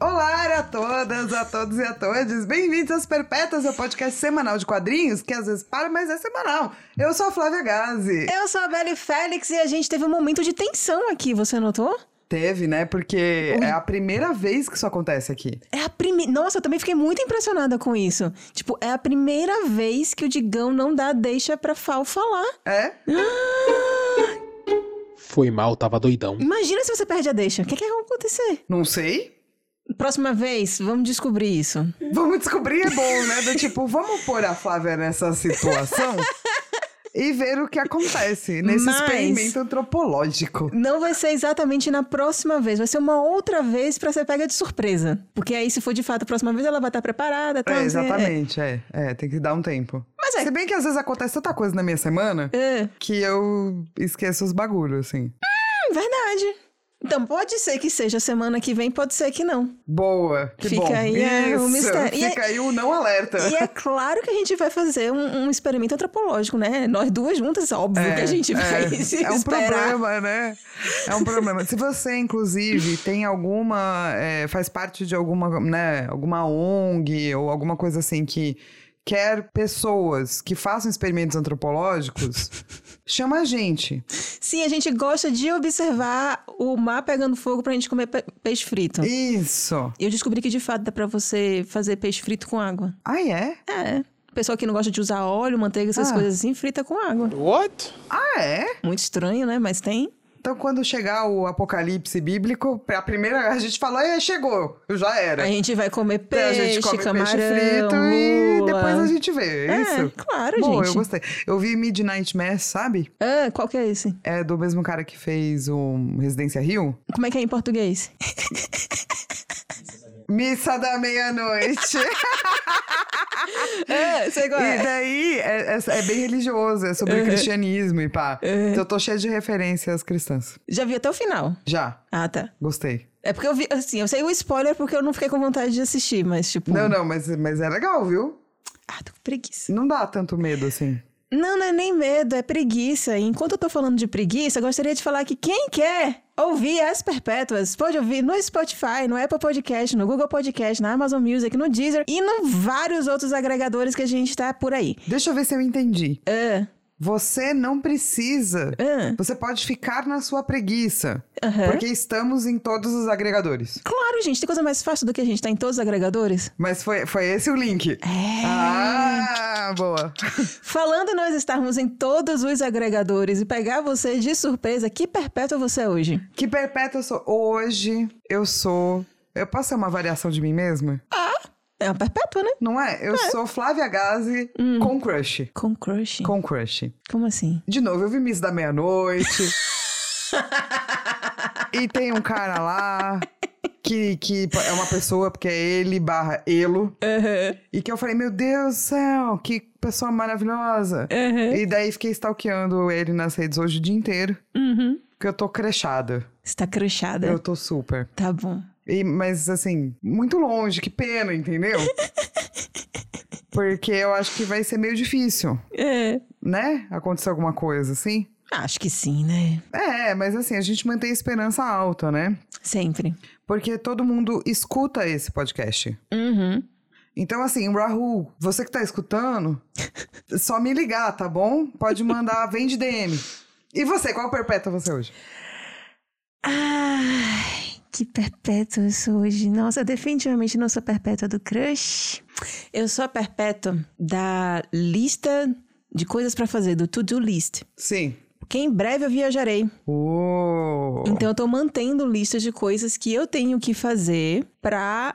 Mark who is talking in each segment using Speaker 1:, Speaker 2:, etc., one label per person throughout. Speaker 1: Olá a todas, a todos e a todas. Bem-vindos às Perpétuas, o podcast semanal de quadrinhos, que às vezes para, mas é semanal. Eu sou a Flávia Gazi.
Speaker 2: Eu sou a Belle Félix e a gente teve um momento de tensão aqui, você notou?
Speaker 1: Teve, né? Porque
Speaker 2: Ui.
Speaker 1: é a primeira vez que isso acontece aqui.
Speaker 2: É a primeira. Nossa, eu também fiquei muito impressionada com isso. Tipo, é a primeira vez que o Digão não dá deixa pra Fal falar.
Speaker 1: É?
Speaker 3: Foi mal, tava doidão.
Speaker 2: Imagina se você perde a deixa. O que, que vai acontecer?
Speaker 1: Não sei.
Speaker 2: Próxima vez, vamos descobrir isso.
Speaker 1: Vamos descobrir, é bom, né? Do tipo, vamos pôr a Flávia nessa situação e ver o que acontece nesse
Speaker 2: Mas-
Speaker 1: experimento antropológico.
Speaker 2: Não vai ser exatamente na próxima vez, vai ser uma outra vez pra ser pega de surpresa. Porque aí, se for de fato a próxima vez, ela vai estar preparada. Tá,
Speaker 1: É, exatamente, é. é. Tem que dar um tempo.
Speaker 2: Mas é-
Speaker 1: Se bem que às vezes acontece tanta coisa na minha semana
Speaker 2: É.
Speaker 1: que eu esqueço os bagulhos, assim.
Speaker 2: Hum, verdade. Então, pode ser que seja semana que vem, pode ser que não.
Speaker 1: Boa, que
Speaker 2: Fica
Speaker 1: bom.
Speaker 2: aí, é,
Speaker 1: Isso,
Speaker 2: o mistério. E
Speaker 1: Fica aí o não alerta.
Speaker 2: E é claro que a gente vai fazer um, um experimento antropológico, né? Nós duas juntas, óbvio assim que a gente vai
Speaker 1: é,
Speaker 2: se
Speaker 1: é um
Speaker 2: esperar.
Speaker 1: problema, né? É um problema. Se você, inclusive, tem alguma. é, faz parte de alguma, né, alguma ONG ou alguma coisa assim que quer pessoas que façam experimentos antropológicos, chama a gente.
Speaker 2: Sim, a gente gosta de observar o mar pegando fogo pra gente comer pe- peixe frito.
Speaker 1: Isso.
Speaker 2: Eu descobri que de fato dá pra você fazer peixe frito com água.
Speaker 1: Ah, é?
Speaker 2: É. Pessoal que não gosta de usar óleo, manteiga, essas
Speaker 1: Ah.
Speaker 2: coisas assim, frita com água.
Speaker 3: What?
Speaker 1: Ah, é?
Speaker 2: Muito estranho, né? Mas tem.
Speaker 1: Então, quando chegar o apocalipse bíblico, a primeira a gente fala, é, chegou, já era.
Speaker 2: A gente vai comer
Speaker 1: Então,
Speaker 2: peixe, camarão,
Speaker 1: e
Speaker 2: lula.
Speaker 1: depois a gente vê. É
Speaker 2: É,
Speaker 1: isso?
Speaker 2: claro,
Speaker 1: Bom,
Speaker 2: gente.
Speaker 1: eu gostei. Eu vi Midnight Mass, sabe?
Speaker 2: Ah, qual que é esse?
Speaker 1: É do mesmo cara que fez o Residência Rio.
Speaker 2: Como é que é em português?
Speaker 1: Missa da Meia-Noite.
Speaker 2: Ah, sei qual
Speaker 1: e
Speaker 2: é.
Speaker 1: daí é, é- é bem religioso, é sobre cristianismo e pá. Então eu tô cheia de referências cristãs.
Speaker 2: Já vi até o final.
Speaker 1: Já,
Speaker 2: Ah, tá.
Speaker 1: gostei.
Speaker 2: É porque eu vi, assim, eu sei o spoiler porque eu não fiquei com vontade de assistir, mas tipo.
Speaker 1: Não, não, mas, mas é legal, viu?
Speaker 2: Ah, tô com preguiça.
Speaker 1: Não dá tanto medo assim.
Speaker 2: Não, não é nem medo, é preguiça. E enquanto eu tô falando de preguiça, eu gostaria de falar que quem quer ouvir as Perpétuas pode ouvir no Spotify, no Apple Podcast, no Google Podcast, na Amazon Music, no Deezer e no vários outros agregadores que a gente tá por aí.
Speaker 1: Deixa eu ver se eu entendi.
Speaker 2: Ah,
Speaker 1: Você não precisa.
Speaker 2: ah,
Speaker 1: Você pode ficar na sua preguiça.
Speaker 2: aham.
Speaker 1: Porque estamos em todos os agregadores.
Speaker 2: Claro, gente, tem coisa mais fácil do que a gente tá em todos os agregadores?
Speaker 1: Mas foi, foi esse o link.
Speaker 2: É.
Speaker 1: Ah, boa.
Speaker 2: Falando em nós estarmos em todos os agregadores e pegar você de surpresa, que perpétua você é hoje?
Speaker 1: Que perpétua eu sou. Hoje eu sou. Eu posso ser uma variação de mim mesma?
Speaker 2: É uma perpétua, né?
Speaker 1: Não é? Eu sou Flávia Gazi
Speaker 2: Hum.
Speaker 1: com crush.
Speaker 2: Com crush.
Speaker 1: Com crush.
Speaker 2: Como assim?
Speaker 1: De novo, eu vi Miss da Meia-Noite. e tem um cara lá que, que é uma pessoa, porque é ele barra elo. E que eu falei, meu Deus do céu, que pessoa maravilhosa. E daí fiquei stalkeando ele nas redes hoje o dia inteiro.
Speaker 2: Uhum.
Speaker 1: Porque eu tô crechada.
Speaker 2: Você tá crushada.
Speaker 1: Eu tô super.
Speaker 2: Tá bom.
Speaker 1: E- mas assim, muito longe, que pena, entendeu? Porque eu acho que vai ser meio difícil,
Speaker 2: É.
Speaker 1: né? Acontecer alguma coisa assim.
Speaker 2: Acho que sim, né?
Speaker 1: É, mas assim, a gente mantém a esperança alta, né?
Speaker 2: Sempre.
Speaker 1: Porque todo mundo escuta esse podcast.
Speaker 2: Uhum.
Speaker 1: Então, assim, Rahul, você que tá escutando, só me ligar, tá bom? Pode mandar, vem de DM. E você, qual perpétua você é hoje?
Speaker 2: Ai, que perpétua eu sou hoje. Nossa, eu definitivamente não sou a perpétua do crush. Eu sou a perpétua da lista de coisas pra fazer, do to-do list.
Speaker 1: Sim.
Speaker 2: Porque em breve eu viajarei.
Speaker 1: Uou.
Speaker 2: Então eu tô mantendo listas de coisas que eu tenho que fazer pra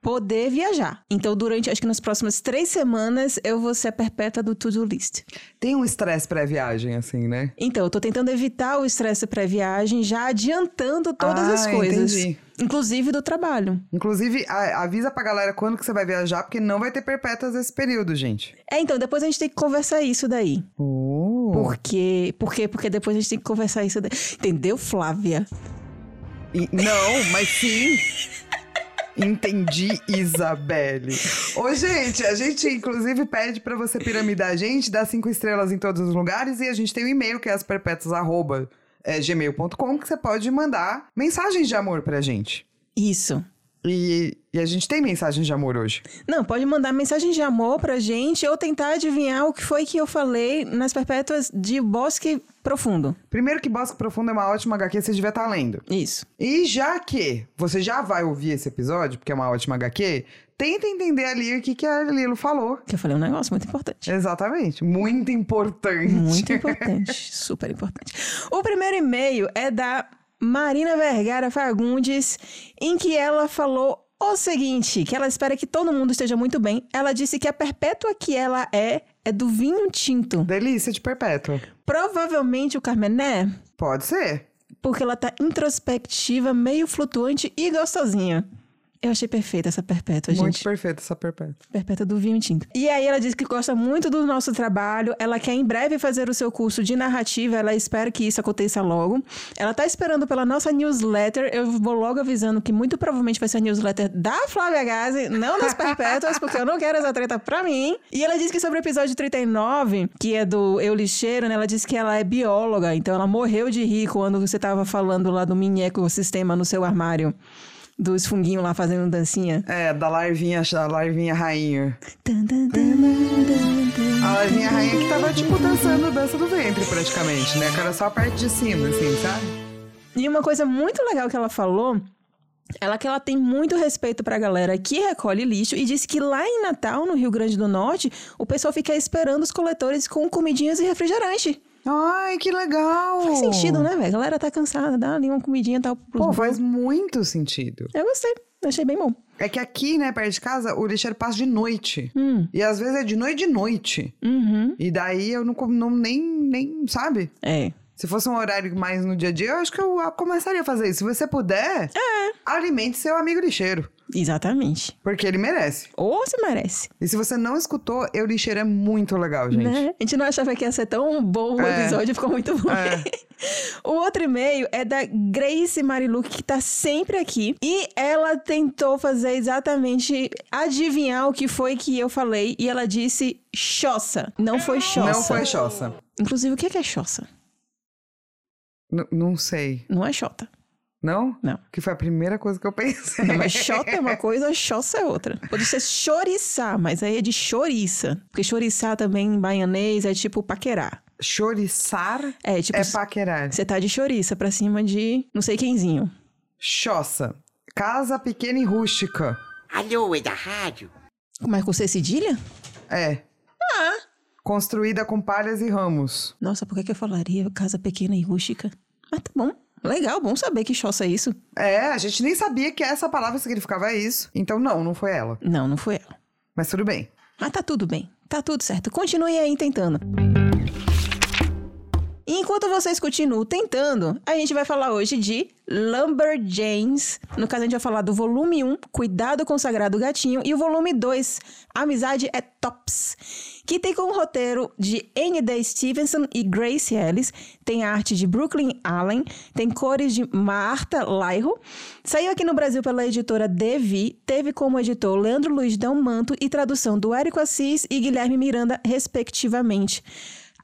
Speaker 2: poder viajar. Então durante, acho que nas próximas três semanas, eu vou ser a perpétua do to-do list.
Speaker 1: Tem um estresse pré-viagem, assim, né?
Speaker 2: Então eu tô tentando evitar o estresse pré-viagem, já adiantando todas
Speaker 1: Ah,
Speaker 2: as coisas.
Speaker 1: entendi.
Speaker 2: Inclusive do trabalho.
Speaker 1: Inclusive, a- avisa pra galera quando que você vai viajar, porque não vai ter perpétuas esse período, gente.
Speaker 2: É, então depois a gente tem que conversar isso daí.
Speaker 1: Uh.
Speaker 2: Por quê? Por quê? Porque depois a gente tem que conversar isso daí. Entendeu, Flávia?
Speaker 1: E- não, mas sim. Entendi, Isabelle. Ô, gente, a gente inclusive pede pra você piramidar a gente, dar cinco estrelas em todos os lugares e a gente tem um e-mail que é asperpetuas@gmail.com que você pode mandar mensagens de amor pra gente.
Speaker 2: Isso.
Speaker 1: E, e a gente tem mensagem de amor hoje.
Speaker 2: Não, pode mandar mensagem de amor pra gente ou tentar adivinhar o que foi que eu falei nas perpétuas de Bosque Profundo.
Speaker 1: Primeiro que Bosque Profundo é uma ótima HQ, você devia estar lendo.
Speaker 2: Isso.
Speaker 1: E já que você já vai ouvir esse episódio, porque é uma ótima HQ, tenta entender ali o que, que a Lilo falou.
Speaker 2: Que eu falei um negócio muito importante.
Speaker 1: Exatamente. Muito importante.
Speaker 2: Muito importante. super importante. O primeiro e-mail é da Marina Vergara Fagundes, em que ela falou o seguinte: que ela espera que todo mundo esteja muito bem. Ela disse que a perpétua que ela é é do vinho tinto.
Speaker 1: Delícia de perpétua.
Speaker 2: Provavelmente o Carmené,
Speaker 1: Pode ser.
Speaker 2: porque ela tá introspectiva, meio flutuante e gostosinha. Eu achei perfeita essa perpétua,
Speaker 1: Muito
Speaker 2: gente.
Speaker 1: perfeita essa perpétua.
Speaker 2: Perpétua do vinho tinto. E aí ela disse que gosta muito do nosso trabalho, ela quer em breve fazer o seu curso de narrativa, ela espera que isso aconteça logo. Ela tá esperando pela nossa newsletter, eu vou logo avisando que muito provavelmente vai ser a newsletter da Flávia Gazi, não das Perpétuas, porque eu não quero essa treta pra mim. E ela disse que sobre o episódio 39, que é do Eu Lixeiro, né, ela disse que ela é bióloga, então ela morreu de rir quando você tava falando lá do mini ecossistema no seu armário. Dos funguinhos lá fazendo dancinha.
Speaker 1: É, da larvinha, da larvinha rainha.
Speaker 2: Tan, tan, tan, tan, tan, tan.
Speaker 1: A larvinha rainha que tava, tipo, dançando dança do ventre, praticamente, né? Que era só a parte de cima, assim, sabe?
Speaker 2: E uma coisa muito legal que ela falou, ela que ela tem muito respeito pra galera que recolhe lixo e disse que lá em Natal, no Rio Grande do Norte, o pessoal fica esperando os coletores com comidinhas e refrigerante.
Speaker 1: Ai, que legal!
Speaker 2: Faz sentido, né, velho? A galera tá cansada, dá ali uma comidinha e tal pros
Speaker 1: Oh. Pô, faz muito sentido.
Speaker 2: Eu gostei, achei bem bom.
Speaker 1: É que aqui, né, perto de casa, o lixeiro passa de noite.
Speaker 2: Hum.
Speaker 1: E às vezes é de noite de noite.
Speaker 2: Uhum.
Speaker 1: E daí eu não, com- não nem, nem, sabe?
Speaker 2: É.
Speaker 1: Se fosse um horário mais no dia a dia, eu acho que eu ah, começaria a fazer isso. Se você puder,
Speaker 2: É.
Speaker 1: alimente seu amigo lixeiro.
Speaker 2: Exatamente.
Speaker 1: Porque ele merece.
Speaker 2: Ou se merece.
Speaker 1: E se você não escutou, eu lixeiro é muito legal, gente.
Speaker 2: Né? A gente não achava que ia ser tão bom o
Speaker 1: É.
Speaker 2: episódio, ficou muito bom.
Speaker 1: É.
Speaker 2: o outro e-mail é da Grace Mariluque, que tá sempre aqui. E ela tentou fazer exatamente adivinhar o que foi que eu falei. E ela disse choça. Não foi choça.
Speaker 1: Não foi choça.
Speaker 2: Inclusive, o que é que é choça?
Speaker 1: N- não sei.
Speaker 2: Não é xota.
Speaker 1: Não?
Speaker 2: Não.
Speaker 1: Que foi a primeira coisa que eu pensei.
Speaker 2: Não, mas xota é uma coisa, choça é outra. Pode ser choriçar, mas aí é de chouriça. Porque choriçar também em baianês é tipo paquerar.
Speaker 1: Choriçar
Speaker 2: É tipo.
Speaker 1: é paquerar.
Speaker 2: Você tá de chouriça pra cima de não sei quemzinho.
Speaker 1: Choça. Casa pequena e rústica.
Speaker 3: Alô, é da rádio.
Speaker 2: Mas com C cedilha?
Speaker 1: É. Construída com palhas e ramos.
Speaker 2: Nossa, por que, que eu falaria casa pequena e rústica? Mas tá bom. Legal, bom saber que choça é isso.
Speaker 1: É, a gente nem sabia que essa palavra significava isso. Então, não, não foi ela.
Speaker 2: Não, não foi ela.
Speaker 1: Mas tudo bem.
Speaker 2: Mas tá tudo bem. Tá tudo certo. Continue aí tentando. E Enquanto vocês continuam tentando, a gente vai falar hoje de Lumberjanes. No caso, a gente vai falar do volume 1, Cuidado com o Sagrado Gatinho, e o volume 2, Amizade é Tops, que tem como roteiro de N. D. Stevenson e Grace Ellis, tem a arte de Brooklyn Allen, tem cores de Marta Lairo. Saiu aqui no Brasil pela editora Devi, teve como editor Leandro Luiz Dão Manto e tradução do Érico Assis e Guilherme Miranda, respectivamente.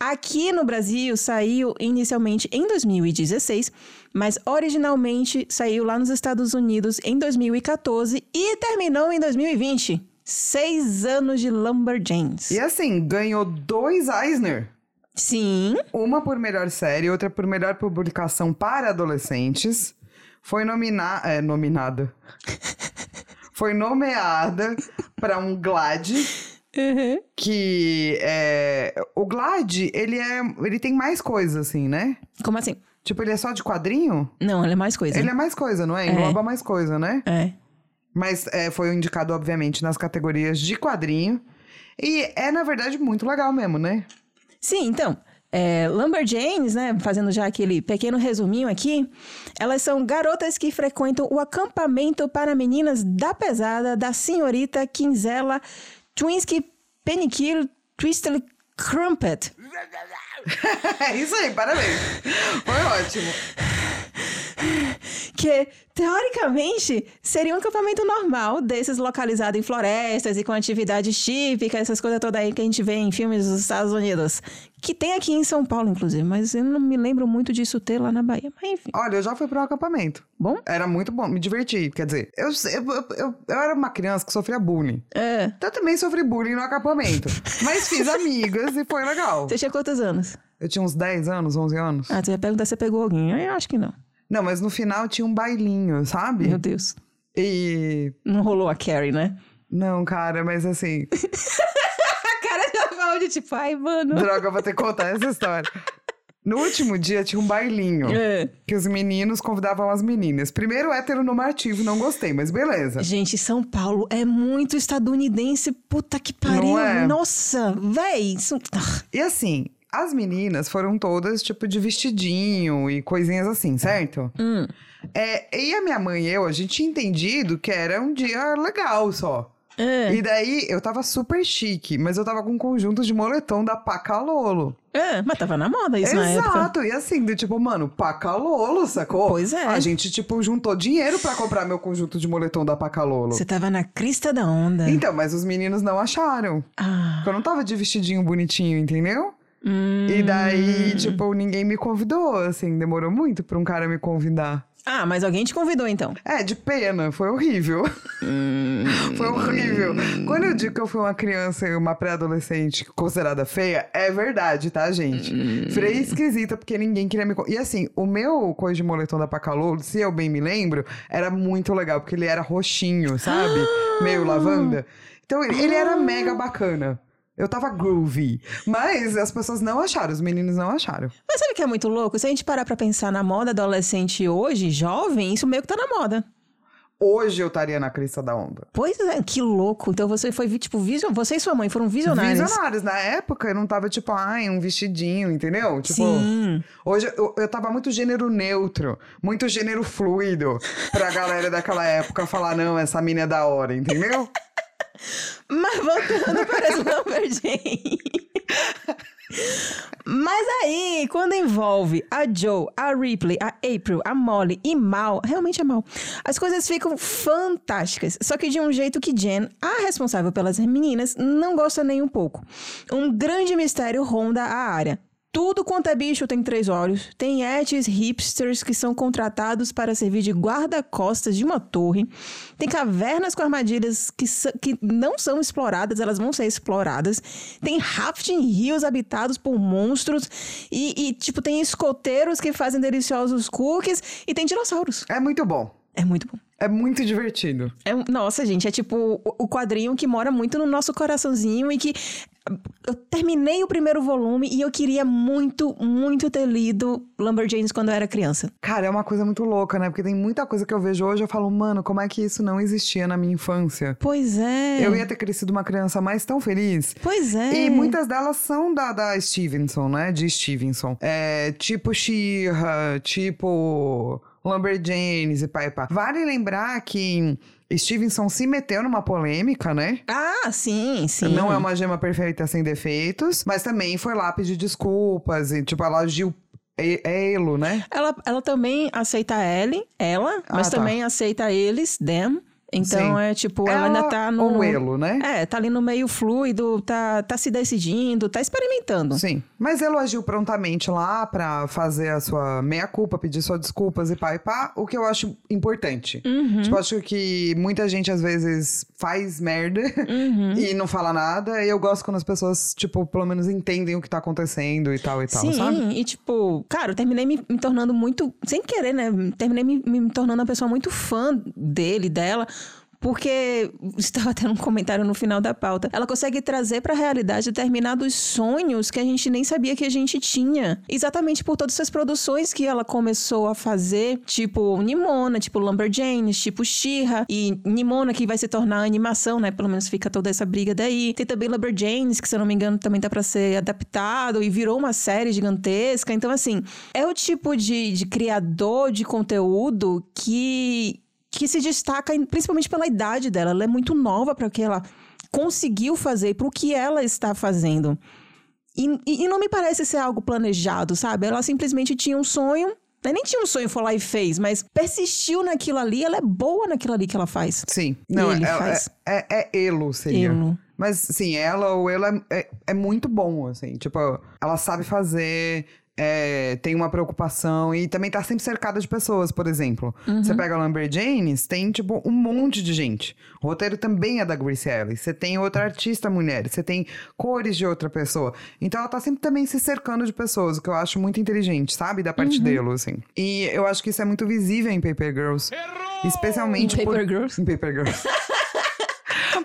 Speaker 2: Aqui no Brasil saiu inicialmente em 2016, mas originalmente saiu lá nos Estados Unidos em 2014 e terminou em 2020. Seis anos de Lumberjanes.
Speaker 1: E assim, ganhou dois Eisner.
Speaker 2: Sim,
Speaker 1: Uma por melhor série, outra por melhor publicação para adolescentes. Foi nomina é, nominada. Foi nomeada para um GLAD. Que é. O GLAD, ele é. Ele tem mais coisa, assim, né?
Speaker 2: como assim?
Speaker 1: Tipo, ele é só de quadrinho?
Speaker 2: Não, ela é mais coisa.
Speaker 1: Ele é mais coisa, não é? Engloba mais coisa, né?
Speaker 2: É.
Speaker 1: Mas é, foi indicado, obviamente, nas categorias de quadrinho. E é, na verdade, muito legal mesmo, né?
Speaker 2: Sim, então. É, Lumberjanes, né? Fazendo já aquele pequeno resuminho aqui, elas são garotas que frequentam o acampamento para meninas da pesada da senhorita Quinzela Twinsky Peniquil Twistle Crumpet.
Speaker 1: É isso aí, parabéns. Foi ótimo.
Speaker 2: Porque, teoricamente, seria um acampamento normal, desses localizado em florestas e com atividades típicas, essas coisas todas aí que a gente vê em filmes dos Estados Unidos. Que tem aqui em São Paulo, inclusive, mas eu não me lembro muito disso ter lá na Bahia. Mas enfim,
Speaker 1: Olha, eu já fui para um acampamento.
Speaker 2: bom?
Speaker 1: Era muito bom, me diverti. Quer dizer, eu, eu, eu, eu era uma criança que sofria bullying.
Speaker 2: É.
Speaker 1: Então eu também sofri bullying no acampamento. Mas fiz amigas e foi legal.
Speaker 2: Você tinha quantos anos?
Speaker 1: Eu tinha uns 10 anos, 11 anos.
Speaker 2: Ah, você ia perguntar se você pegou alguém. Ah, Eu acho que não.
Speaker 1: Não, mas no final tinha um bailinho, sabe?
Speaker 2: Meu Deus.
Speaker 1: E.
Speaker 2: Não rolou a Carrie, né?
Speaker 1: Não, cara, mas assim.
Speaker 2: A cara já falou de tipo, ai, mano.
Speaker 1: droga, eu vou ter que contar essa história. No último dia tinha um bailinho.
Speaker 2: É.
Speaker 1: Que os meninos convidavam as meninas. Primeiro hétero normativo, não gostei, mas beleza.
Speaker 2: Gente, São Paulo é muito estadunidense. Puta que pariu.
Speaker 1: Não é?
Speaker 2: Nossa, véi. Isso... Ah,
Speaker 1: E assim, as meninas foram todas, tipo, de vestidinho e coisinhas assim, certo?
Speaker 2: Hum.
Speaker 1: É, e a minha mãe e eu, a gente tinha entendido que era um dia legal só.
Speaker 2: É.
Speaker 1: E daí eu tava super chique, mas eu tava com um conjunto de moletom da Pacalolo.
Speaker 2: É, mas tava na moda isso na época.
Speaker 1: Exato, e assim, do tipo, mano, Pacalolo, sacou?
Speaker 2: Pois é.
Speaker 1: A gente, tipo, juntou dinheiro pra comprar meu conjunto de moletom da Pacalolo.
Speaker 2: Você tava na crista da onda.
Speaker 1: Então, mas os meninos não acharam.
Speaker 2: Ah.
Speaker 1: Porque eu não tava de vestidinho bonitinho, entendeu?
Speaker 2: Hum.
Speaker 1: E daí, tipo, ninguém me convidou, assim, demorou muito pra um cara me convidar.
Speaker 2: Ah, mas alguém te convidou então.
Speaker 1: É, de pena, foi horrível. foi horrível. Quando eu digo que eu fui uma criança e uma pré-adolescente considerada feia, é verdade, tá, gente? Freia esquisita, porque ninguém queria me. con- E assim, o meu coisa de moletom da Pacalolo, se eu bem me lembro, era muito legal, porque ele era roxinho, sabe? Meio lavanda. Então, ele ele era mega bacana. Eu tava groovy. Mas as pessoas não acharam, os meninos não acharam.
Speaker 2: Mas sabe o que é muito louco? Se a gente parar pra pensar na moda adolescente hoje, jovem, isso meio que tá na moda.
Speaker 1: Hoje eu estaria na crista da onda.
Speaker 2: Pois é, que louco. Então você foi, vi- tipo, vision... você e sua mãe foram visionários.
Speaker 1: Visionários. Na época eu não tava tipo, ai, um vestidinho, entendeu? Tipo,
Speaker 2: Sim.
Speaker 1: hoje eu, eu tava muito gênero neutro, muito gênero fluido pra galera daquela época falar, não, essa mina é da hora, entendeu?
Speaker 2: Mas voltando para Slumberjane. Mas aí, quando envolve a Joe, a Ripley, a April, a Molly e Mal, realmente é Mal, as coisas ficam fantásticas. Só que de um jeito que Jen, a responsável pelas meninas, não gosta nem um pouco. Um grande mistério ronda a área. Tudo quanto é bicho tem três olhos. Tem etes hipsters que são contratados para servir de guarda-costas de uma torre. Tem cavernas com armadilhas que, sa- que não são exploradas, elas vão ser exploradas. Tem rafting em rios habitados por monstros. E, e, tipo, tem escoteiros que fazem deliciosos cookies. E tem dinossauros.
Speaker 1: É muito bom.
Speaker 2: É muito bom.
Speaker 1: É muito divertido.
Speaker 2: É um- nossa, gente, é tipo o- o quadrinho que mora muito no nosso coraçãozinho e que eu terminei o primeiro volume e eu queria muito, muito ter lido Lumberjanes quando eu era criança.
Speaker 1: Cara, é uma coisa muito louca, né? Porque tem muita coisa que eu vejo hoje, eu falo, mano, como é que isso não existia na minha infância?
Speaker 2: Pois é.
Speaker 1: Eu ia ter crescido uma criança mais tão feliz.
Speaker 2: Pois é.
Speaker 1: E muitas delas são da, da Stevenson, né? De Stevenson. É, tipo She-Ra, tipo Lumberjanes e pai pá. Vale lembrar que Stevenson se meteu numa polêmica, né?
Speaker 2: Ah, sim, sim.
Speaker 1: Não é uma gema perfeita sem defeitos, mas também foi lá pedir desculpas e, tipo, ela agiu e- elo, né?
Speaker 2: Ela, ela também aceita ele, ela,
Speaker 1: Ah,
Speaker 2: mas
Speaker 1: tá.
Speaker 2: também aceita eles, them. Então
Speaker 1: Sim.
Speaker 2: é tipo, ela, ainda tá no.
Speaker 1: Ou elo, né?
Speaker 2: É, tá ali no meio fluido, tá, tá se decidindo, tá experimentando.
Speaker 1: Sim. Né? Mas ela agiu prontamente lá pra fazer a sua meia-culpa, pedir suas desculpas e pá e pá, o que eu acho importante.
Speaker 2: Uhum.
Speaker 1: Tipo, acho que muita gente às vezes faz merda
Speaker 2: Uhum.
Speaker 1: e não fala nada. E eu gosto quando as pessoas, tipo, pelo menos entendem o que tá acontecendo e tal e tal,
Speaker 2: Sim,
Speaker 1: sabe?
Speaker 2: e tipo, cara, eu terminei me, me tornando muito. Sem querer, né? Terminei me, me tornando uma pessoa muito fã dele, dela. Porque estava até um comentário no final da pauta. Ela consegue trazer pra realidade determinados sonhos que a gente nem sabia que a gente tinha. Exatamente por todas essas produções que ela começou a fazer, tipo Nimona, tipo Lumberjanes, tipo She-Ra e Nimona que vai se tornar animação, né? Pelo menos fica toda essa briga daí. Tem também Lumberjanes, que se eu não me engano também tá pra ser adaptado e virou uma série gigantesca. Então assim, é o tipo de, de criador de conteúdo que que se destaca em- principalmente pela idade dela. Ela é muito nova para o que ela conseguiu fazer e para o que ela está fazendo. E, e- e não me parece ser algo planejado, sabe? Ela simplesmente tinha um sonho Ela nem tinha um sonho, foi lá e fez, mas persistiu naquilo ali, ela é boa naquilo ali que ela faz.
Speaker 1: Sim. Não,
Speaker 2: ele
Speaker 1: é,
Speaker 2: faz.
Speaker 1: é, é, é Elo, seria.
Speaker 2: Elo.
Speaker 1: Mas, sim, ela ou ela é, é, é muito bom, assim. Tipo, ela sabe fazer, é, tem uma preocupação e também tá sempre cercada de pessoas, por exemplo.
Speaker 2: Uhum.
Speaker 1: Você pega a Lumberjanes, tem, tipo, um monte de gente. O roteiro também é da Grace Ellis. Você tem outra artista mulher, você tem cores de outra pessoa. Então, ela tá sempre também se cercando de pessoas, o que eu acho muito inteligente, sabe? Da
Speaker 2: Uhum.
Speaker 1: parte dele, assim. E eu acho que isso é muito visível em Paper Girls. Especialmente
Speaker 2: Em
Speaker 1: por...
Speaker 2: Paper Girls?
Speaker 1: Em Paper Girls.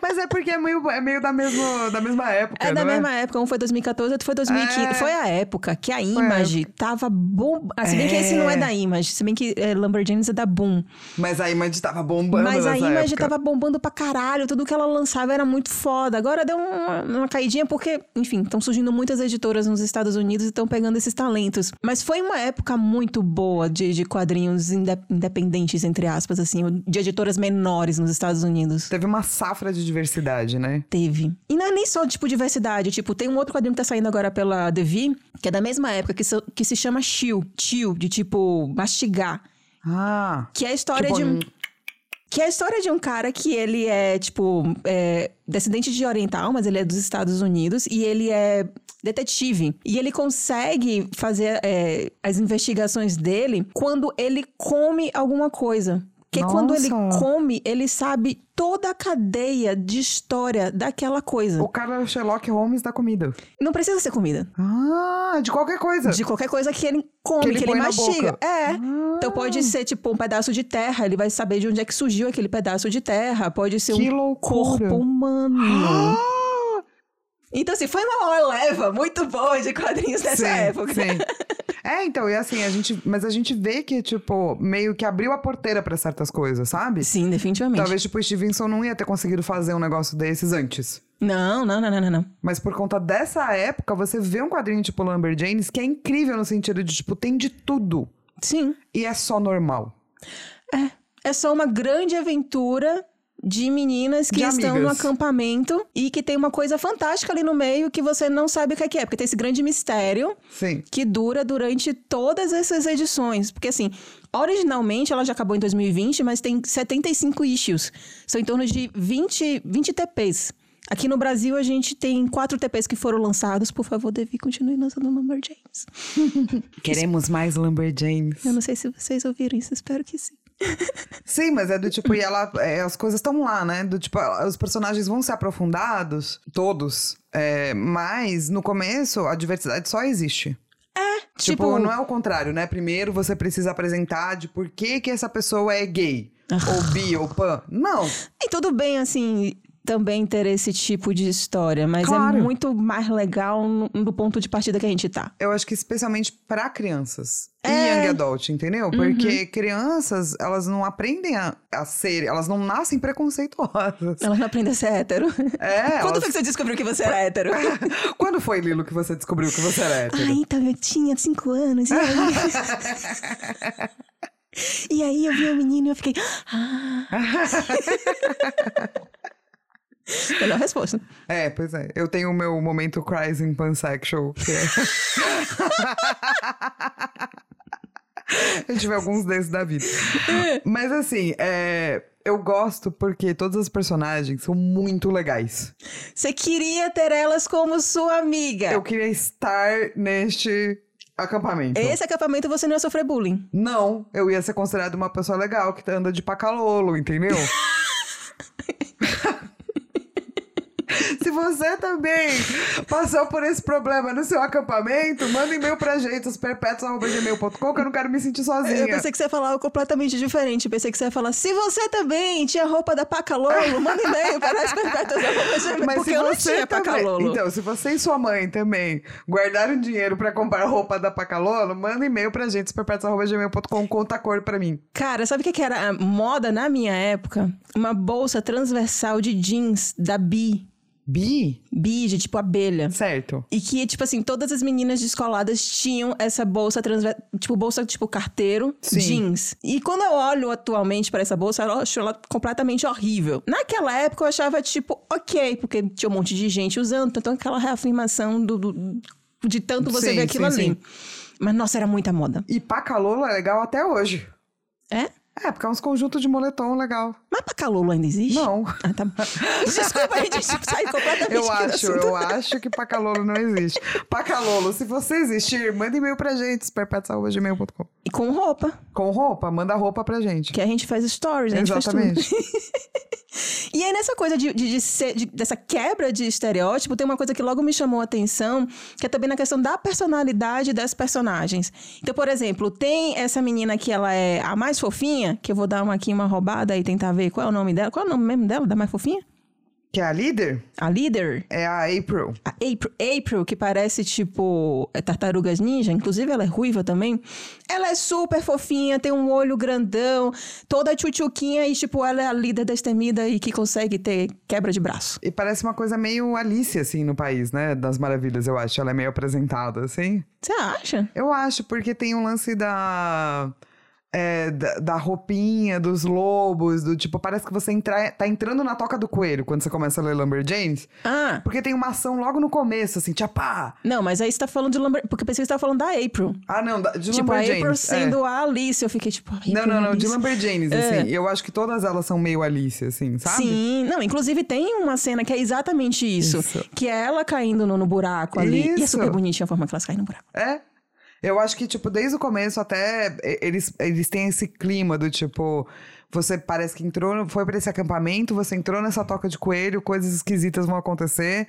Speaker 1: Mas é porque é meio, é meio da, mesmo, da mesma época,
Speaker 2: É da
Speaker 1: não
Speaker 2: mesma época, um foi 2014, outro foi 2015.
Speaker 1: É.
Speaker 2: Foi a época que a
Speaker 1: a
Speaker 2: Image tava bom. Ah, se bem que esse não é da Image, se bem que é, Lamborghinis é da Boom.
Speaker 1: Mas a Image tava bombando
Speaker 2: Mas a
Speaker 1: nessa
Speaker 2: Image
Speaker 1: época.
Speaker 2: tava bombando pra caralho, tudo que ela lançava era muito foda. Agora deu um, uma, uma caidinha porque, enfim, estão surgindo muitas editoras nos Estados Unidos e estão pegando esses talentos. Mas foi uma época muito boa de, de quadrinhos inde- independentes, entre aspas, assim, de editoras menores nos Estados Unidos.
Speaker 1: Teve uma safra de diversidade, né?
Speaker 2: Teve. E não é nem só, tipo, diversidade. Tipo, tem um outro quadrinho que tá saindo agora pela Devi, que é da mesma época, que, se- que se chama Chill. Chill, de tipo, mastigar.
Speaker 1: Ah,
Speaker 2: Que é a história
Speaker 1: Tipo,
Speaker 2: de um.
Speaker 1: hum.
Speaker 2: Que é a história de um cara que ele é, tipo, é, descendente de oriental, mas ele é dos Estados Unidos e ele é detetive. E ele consegue fazer é, as investigações dele quando ele come alguma coisa. Porque quando ele
Speaker 1: Nossa.
Speaker 2: come, ele sabe toda a cadeia de história daquela coisa.
Speaker 1: o cara é o Sherlock Holmes da comida.
Speaker 2: Não precisa ser comida.
Speaker 1: Ah, de qualquer coisa.
Speaker 2: De qualquer coisa que ele come, que
Speaker 1: Que
Speaker 2: ele,
Speaker 1: ele põe na
Speaker 2: mastiga.
Speaker 1: boca. Ah.
Speaker 2: É. Então pode ser, tipo, um pedaço de terra. Ele vai saber de onde é que surgiu aquele pedaço de terra. Pode ser
Speaker 1: Que
Speaker 2: um
Speaker 1: loucura.
Speaker 2: corpo
Speaker 1: Ah,
Speaker 2: humano. Então, assim, foi uma leva muito boa de quadrinhos
Speaker 1: sim,
Speaker 2: dessa época.
Speaker 1: sim. É, então, e assim, a gente. Mas a gente vê que, tipo, meio que abriu a porteira pra certas coisas, sabe?
Speaker 2: Sim, definitivamente.
Speaker 1: Talvez, tipo, o Stevenson não ia ter conseguido fazer um negócio desses antes.
Speaker 2: Não, não, não, não, não, não.
Speaker 1: Mas por conta dessa época, você vê um quadrinho tipo Lumberjanes que é incrível no sentido de, tipo, tem de tudo.
Speaker 2: Sim.
Speaker 1: E é só normal.
Speaker 2: É só uma grande aventura de meninas que
Speaker 1: De
Speaker 2: estão no
Speaker 1: amigas.
Speaker 2: acampamento e que tem uma coisa fantástica ali no meio que você não sabe o que é que é, porque tem esse grande mistério.
Speaker 1: Sim.
Speaker 2: que dura durante todas essas edições. Porque, assim, originalmente ela já acabou em 2020, mas tem 75 issues. São em torno de 20, 20 TPs. Aqui no Brasil, a gente tem quatro TPs que foram lançados. Por favor, Devi, continue lançando Lumber James.
Speaker 1: Queremos mais Lumberjanes.
Speaker 2: Eu não sei se vocês ouviram isso, espero que sim.
Speaker 1: Sim, mas é do tipo, e ela. é, as coisas estão lá, né? Do tipo, ela- os personagens vão ser aprofundados, todos. é, mas no começo a diversidade só existe. Tipo, não é o contrário, né? Primeiro você precisa apresentar de por que, que essa pessoa é gay. ou bi, ou pan. Não.
Speaker 2: E tudo bem, assim, também ter esse tipo de história, mas é
Speaker 1: Claro.
Speaker 2: muito mais legal no- do ponto de partida que a gente tá.
Speaker 1: Eu acho que especialmente pra crianças. E
Speaker 2: É.
Speaker 1: young adult, entendeu? Porque crianças, elas não aprendem a, a ser, elas não nascem preconceituosas.
Speaker 2: Ela não aprende a ser hétero.
Speaker 1: É,
Speaker 2: Quando
Speaker 1: elas-
Speaker 2: foi que você descobriu que você era hétero?
Speaker 1: Quando foi, Lilo, que você descobriu que você era hétero?
Speaker 2: Ah, então eu tinha cinco anos. E aí, e aí eu vi o menino e eu fiquei. Ah. Melhor resposta.
Speaker 1: É, pois é. Eu tenho o meu momento cries in pansexual, que é... Eu tive alguns desses da vida. Mas assim, é, eu gosto porque todas as personagens são muito legais.
Speaker 2: Você queria ter elas como sua amiga.
Speaker 1: Eu queria estar neste acampamento.
Speaker 2: Esse acampamento você não ia sofrer bullying.
Speaker 1: Não, eu ia ser considerada uma pessoa legal que anda de pacalolo, entendeu? Se você também passou por esse problema no seu acampamento, manda e-mail pra gente, osperpetos.gmail.com, que eu não quero me sentir sozinha.
Speaker 2: Eu pensei que você ia falar algo completamente diferente. Eu pensei que você ia falar: se você também tinha roupa da Pacalolo, manda um e-mail para as perpétuas da roupa de- Porque eu não tinha
Speaker 1: também-
Speaker 2: Pacalolo.
Speaker 1: Então, se você e sua mãe também guardaram dinheiro pra comprar roupa da Pacalolo, manda e-mail pra gente, superpetos.gmail.com, conta a cor pra mim.
Speaker 2: Cara, sabe o que que era a moda na minha época? Uma bolsa transversal de jeans da Bi.
Speaker 1: Bi?
Speaker 2: Bi, de tipo abelha.
Speaker 1: Certo.
Speaker 2: E que, tipo assim, todas as meninas descoladas tinham essa bolsa transversal. Tipo, bolsa tipo carteiro,
Speaker 1: Sim.
Speaker 2: jeans. E quando eu olho atualmente pra essa bolsa, eu acho ela completamente horrível. Naquela época eu achava, tipo, ok, porque tinha um monte de gente usando, então aquela reafirmação do. do- de tanto você
Speaker 1: Sim,
Speaker 2: ver aquilo
Speaker 1: sim,
Speaker 2: ali.
Speaker 1: sim.
Speaker 2: Mas, nossa, era muita moda.
Speaker 1: E pacalolo é legal até hoje.
Speaker 2: É?
Speaker 1: É, porque é uns conjuntos de moletom legal.
Speaker 2: Mas pacalolo ainda existe?
Speaker 1: Não.
Speaker 2: Ah, tá bom. Desculpa, a gente saiu completamente
Speaker 1: Eu
Speaker 2: do
Speaker 1: acho,
Speaker 2: assunto.
Speaker 1: eu acho que pacalolo não existe. Pacalolo, se você existir, manda e-mail pra gente, esperpetos.gmail.com.
Speaker 2: E com roupa,
Speaker 1: Com roupa, manda roupa pra gente.
Speaker 2: que a gente faz stories, a gente faz tudo.
Speaker 1: Exatamente.
Speaker 2: E aí, nessa coisa de, de- de ser- de- dessa quebra de estereótipo, tem uma coisa que logo me chamou a atenção, que é também na questão da personalidade das personagens. Então, por exemplo, tem essa menina que ela é a mais fofinha, que eu vou dar uma aqui uma roubada e tentar ver qual é o nome dela. Qual é o nome mesmo dela, da mais fofinha?
Speaker 1: que a líder
Speaker 2: A líder?
Speaker 1: é a April.
Speaker 2: A April, April, que parece tipo é, Tartarugas Ninja, inclusive ela é ruiva também. Ela é super fofinha, tem um olho grandão, toda tchutchuquinha e tipo, ela é a líder destemida e que consegue ter quebra de braço.
Speaker 1: E parece uma coisa meio Alice, assim, no país, né? Das maravilhas, eu acho. Ela é meio apresentada, assim.
Speaker 2: Você acha?
Speaker 1: Eu acho, porque tem um lance da. é, da, da roupinha, dos lobos, do tipo, parece que você entra, tá entrando na toca do coelho quando você começa a ler Lumberjanes.
Speaker 2: Ah,
Speaker 1: Porque tem uma ação logo no começo, assim, tchapá!
Speaker 2: não, mas aí você tá falando de Lumber... Porque eu pensei que você tava falando da April.
Speaker 1: Ah, não, da- de
Speaker 2: tipo, a
Speaker 1: Lumberjanes.
Speaker 2: April
Speaker 1: é.
Speaker 2: sendo a Alice. Eu fiquei tipo, April,
Speaker 1: Não, não, não, de
Speaker 2: Alice.
Speaker 1: Lumberjanes,
Speaker 2: É.
Speaker 1: assim. Eu acho que todas elas são meio Alice, assim, sabe?
Speaker 2: Sim, não, inclusive tem uma cena que é exatamente isso.
Speaker 1: Isso.
Speaker 2: Que é ela caindo no, no buraco ali. E é
Speaker 1: Isso.
Speaker 2: super bonitinha a forma que elas caem no buraco.
Speaker 1: É. Eu acho que, tipo, desde o começo até e- eles, eles têm esse clima do tipo. Você parece que entrou, no- foi pra esse acampamento, você entrou nessa toca de coelho, coisas esquisitas vão acontecer.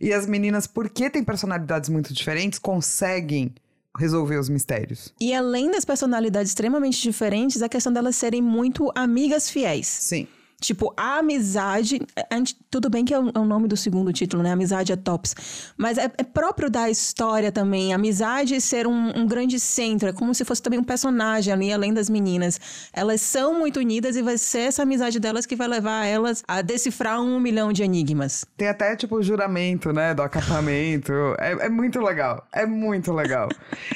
Speaker 1: E as meninas, porque têm personalidades muito diferentes, conseguem resolver os mistérios.
Speaker 2: E além das personalidades extremamente diferentes, a questão delas serem muito amigas fiéis.
Speaker 1: Sim.
Speaker 2: Tipo, a amizade. a gente- Tudo bem que é o é o nome do segundo título, né? Amizade é tops. Mas é, é próprio da história também. Amizade ser um, um grande centro. É como se fosse também um personagem ali, além das meninas. Elas são muito unidas e vai ser essa amizade delas que vai levar elas a decifrar um milhão de enigmas.
Speaker 1: Tem até, tipo, o juramento, né? Do acampamento. É, é muito legal. É muito legal.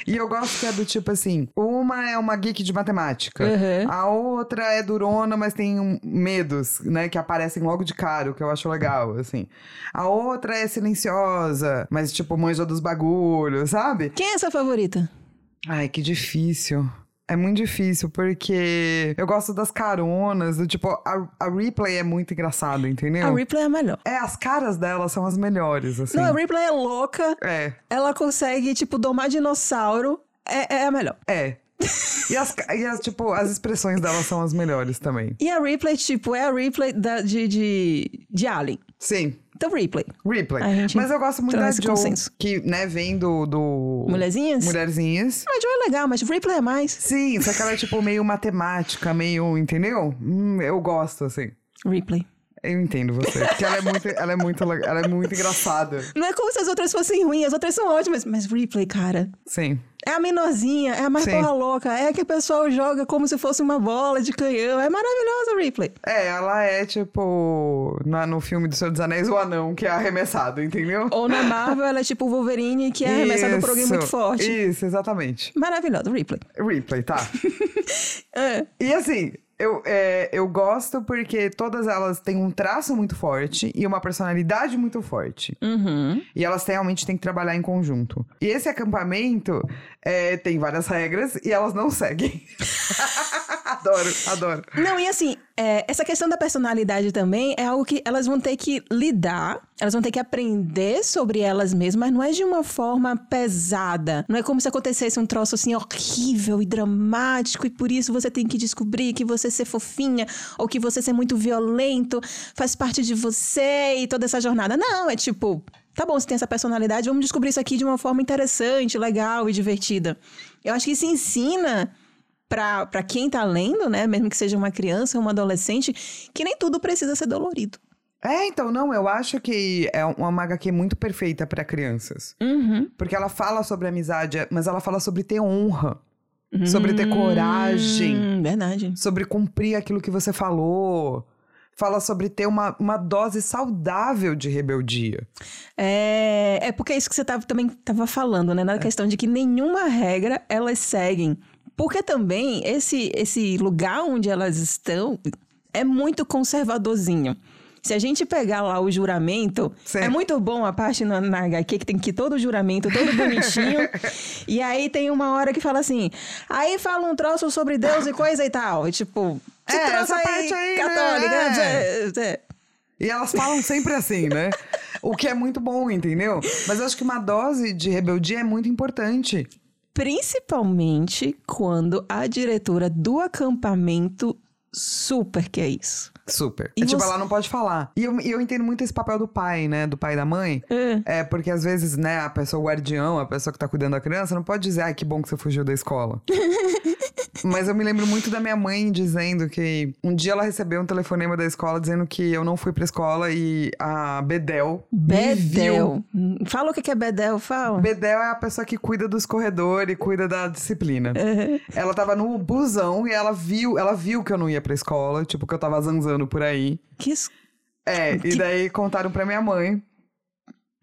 Speaker 1: e eu gosto que é do tipo assim: uma é uma geek de matemática,
Speaker 2: Uhum.
Speaker 1: a outra é durona, mas tem um- medos, né? Que aparecem logo de cara, o que eu acho legal, assim. A outra é silenciosa, mas, tipo, manja dos bagulhos, sabe?
Speaker 2: Quem é essa favorita?
Speaker 1: Ai, que difícil. É muito difícil, porque eu gosto das caronas, do tipo, a, a replay é muito engraçada, entendeu?
Speaker 2: A Ripley é a melhor.
Speaker 1: É, as caras dela são as melhores, assim.
Speaker 2: Não, a Ripley é louca.
Speaker 1: É,
Speaker 2: Ela consegue, tipo, domar dinossauro. É, é a melhor.
Speaker 1: é. E as, ca- e as, tipo, as expressões dela são as melhores também.
Speaker 2: E a Ripley, tipo, é a Ripley da- de, de, de Alien.
Speaker 1: Sim,
Speaker 2: Então, Ripley.
Speaker 1: Ripley.
Speaker 2: A gente
Speaker 1: Mas eu gosto muito
Speaker 2: entrou
Speaker 1: da
Speaker 2: nesse
Speaker 1: Joe,
Speaker 2: consenso.
Speaker 1: que, né, vem do... do...
Speaker 2: Mulherzinhas?
Speaker 1: Mulherzinhas.
Speaker 2: A Joe é legal, mas Ripley é mais.
Speaker 1: Sim, só que ela é, tipo, meio matemática, meio, entendeu? Hum, eu gosto, assim.
Speaker 2: Ripley.
Speaker 1: Eu entendo você. Porque ela é muito, ela é muito, le- ela é muito engraçada.
Speaker 2: Não é como se as outras fossem ruins, as outras são ótimas. Mas Ripley, cara,
Speaker 1: Sim.
Speaker 2: é a menorzinha, é a mais
Speaker 1: Sim.
Speaker 2: porra louca. É a que o pessoal joga como se fosse uma bola de canhão. É maravilhosa, Ripley.
Speaker 1: É, ela é, tipo, na- no filme do Senhor dos Anéis, o anão que é arremessado, entendeu?
Speaker 2: Ou na Marvel, ela é tipo o Wolverine, que é arremessada por alguém
Speaker 1: Isso,
Speaker 2: muito forte.
Speaker 1: Isso, exatamente.
Speaker 2: Maravilhosa, Ripley.
Speaker 1: Ripley, tá.
Speaker 2: É.
Speaker 1: e assim, eu, é, eu gosto porque todas elas têm um traço muito forte e uma personalidade muito forte.
Speaker 2: Uhum.
Speaker 1: E elas realmente têm que trabalhar em conjunto. E esse acampamento é, tem várias regras e elas não seguem. adoro, adoro.
Speaker 2: Não, e assim, é, essa questão da personalidade também é algo que elas vão ter que lidar, elas vão ter que aprender sobre elas mesmas, mas não é de uma forma pesada. Não é como se acontecesse um troço assim horrível e dramático, e por isso você tem que descobrir que você ser fofinha ou que você ser muito violento faz parte de você e toda essa jornada. Não, é tipo. Tá bom, você tem essa personalidade, vamos descobrir isso aqui de uma forma interessante, legal e divertida. Eu acho que isso ensina Pra pra quem tá lendo, né, mesmo que seja uma criança ou uma adolescente, que nem tudo precisa ser dolorido.
Speaker 1: É, então, não, eu acho que é uma HQ muito perfeita pra crianças.
Speaker 2: Uhum.
Speaker 1: Porque ela fala sobre amizade, mas ela fala sobre ter honra, sobre ter coragem.
Speaker 2: Hum, Verdade.
Speaker 1: sobre cumprir aquilo que você falou. Fala sobre ter uma, uma dose saudável de rebeldia.
Speaker 2: É, é porque é isso que você tava, também estava falando,
Speaker 1: É.
Speaker 2: né? Na questão de que nenhuma regra elas seguem. Porque também esse, esse lugar onde elas estão é muito conservadorzinho. Se a gente pegar lá o juramento,
Speaker 1: Sim.
Speaker 2: é muito bom a parte na, na HQ que tem que todo o juramento, todo bonitinho. e aí tem uma hora que fala assim: aí fala um troço sobre Deus e coisa e tal. E, tipo, esse
Speaker 1: É,
Speaker 2: troço
Speaker 1: essa parte aí, né?
Speaker 2: católica.
Speaker 1: É.
Speaker 2: é, é.
Speaker 1: E elas falam sempre assim, né? O que é muito bom, entendeu? Mas eu acho que uma dose de rebeldia é muito importante.
Speaker 2: Principalmente quando a diretora do acampamento super quer isso.
Speaker 1: Super.
Speaker 2: E
Speaker 1: é, tipo,
Speaker 2: você-
Speaker 1: ela não pode falar. E eu, e eu entendo muito esse papel do pai, né? Do pai e da mãe.
Speaker 2: É.
Speaker 1: É, porque às vezes, né, a pessoa guardião, a pessoa que tá cuidando da criança, não pode dizer, ai, que bom que você fugiu da escola. Mas eu me lembro muito da minha mãe dizendo que um dia ela recebeu um telefonema da escola dizendo que eu não fui pra escola e a Bedel. me viu.
Speaker 2: Bedel. Hum, Fala o que que é Bedel, fala.
Speaker 1: Bedel é a pessoa que cuida dos corredores e cuida da disciplina. Ela tava no busão e ela viu, ela viu que eu não ia pra escola, tipo, que eu tava zanzando por aí.
Speaker 2: Que es-
Speaker 1: É, e
Speaker 2: Que-
Speaker 1: daí contaram pra minha mãe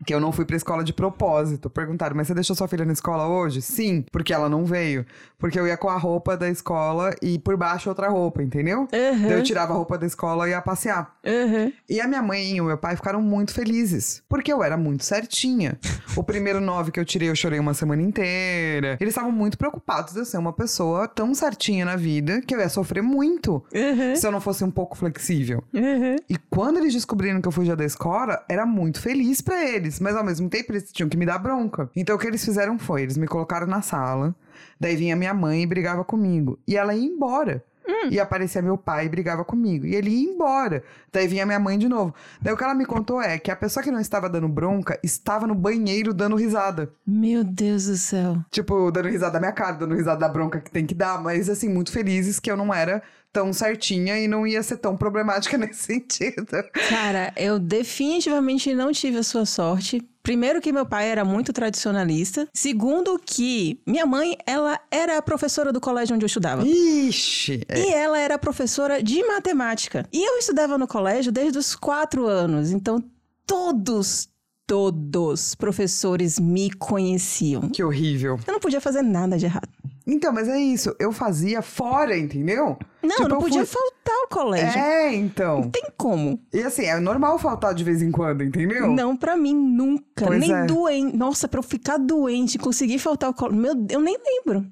Speaker 1: que eu não fui pra escola de propósito. Perguntaram, mas você deixou sua filha na escola hoje? Sim, porque ela não veio. Porque eu ia com a roupa da escola e por baixo outra roupa, entendeu?
Speaker 2: Uhum.
Speaker 1: Daí eu tirava a roupa da escola e ia passear.
Speaker 2: Uhum.
Speaker 1: E a minha mãe e o meu pai ficaram muito felizes, porque eu era muito certinha. O primeiro nove que eu tirei, eu chorei uma semana inteira. Eles estavam muito preocupados de eu ser uma pessoa tão certinha na vida que eu ia sofrer muito
Speaker 2: Uhum.
Speaker 1: se eu não fosse um pouco flexível.
Speaker 2: Uhum.
Speaker 1: E quando eles descobriram que eu fugia da escola, era muito feliz pra eles, mas ao mesmo tempo eles tinham que me dar bronca. Então o que eles fizeram foi, eles me colocaram na sala, daí vinha minha mãe e brigava comigo, e ela ia embora. E aparecia meu pai e brigava comigo. E ele ia embora. Daí vinha minha mãe de novo. Daí o que ela me contou é que a pessoa que não estava dando bronca estava no banheiro dando risada.
Speaker 2: Meu Deus do céu.
Speaker 1: Tipo, dando risada da minha cara, dando risada da bronca que tem que dar, mas assim, muito felizes que eu não era tão certinha e não ia ser tão problemática nesse sentido.
Speaker 2: Cara, eu definitivamente não tive a sua sorte. Primeiro que meu pai era muito tradicionalista. Segundo que minha mãe, ela era a professora do colégio onde eu estudava.
Speaker 1: Ixi! é.
Speaker 2: E ela era professora de matemática. E eu estudava no colégio desde os quatro anos. Então, todos, todos professores me conheciam.
Speaker 1: Que horrível.
Speaker 2: Eu não podia fazer nada de errado.
Speaker 1: Então, mas é isso. Eu fazia fora, entendeu?
Speaker 2: Não,
Speaker 1: Tipo,
Speaker 2: não
Speaker 1: eu
Speaker 2: podia
Speaker 1: fui-
Speaker 2: faltar ao colégio.
Speaker 1: É,
Speaker 2: Não
Speaker 1: então.
Speaker 2: tem como.
Speaker 1: E assim, é normal faltar de vez em quando, entendeu?
Speaker 2: Não, pra mim, nunca.
Speaker 1: Pois
Speaker 2: nem
Speaker 1: é.
Speaker 2: doente. Nossa, pra eu ficar doente, conseguir faltar ao colégio. Meu, eu nem lembro.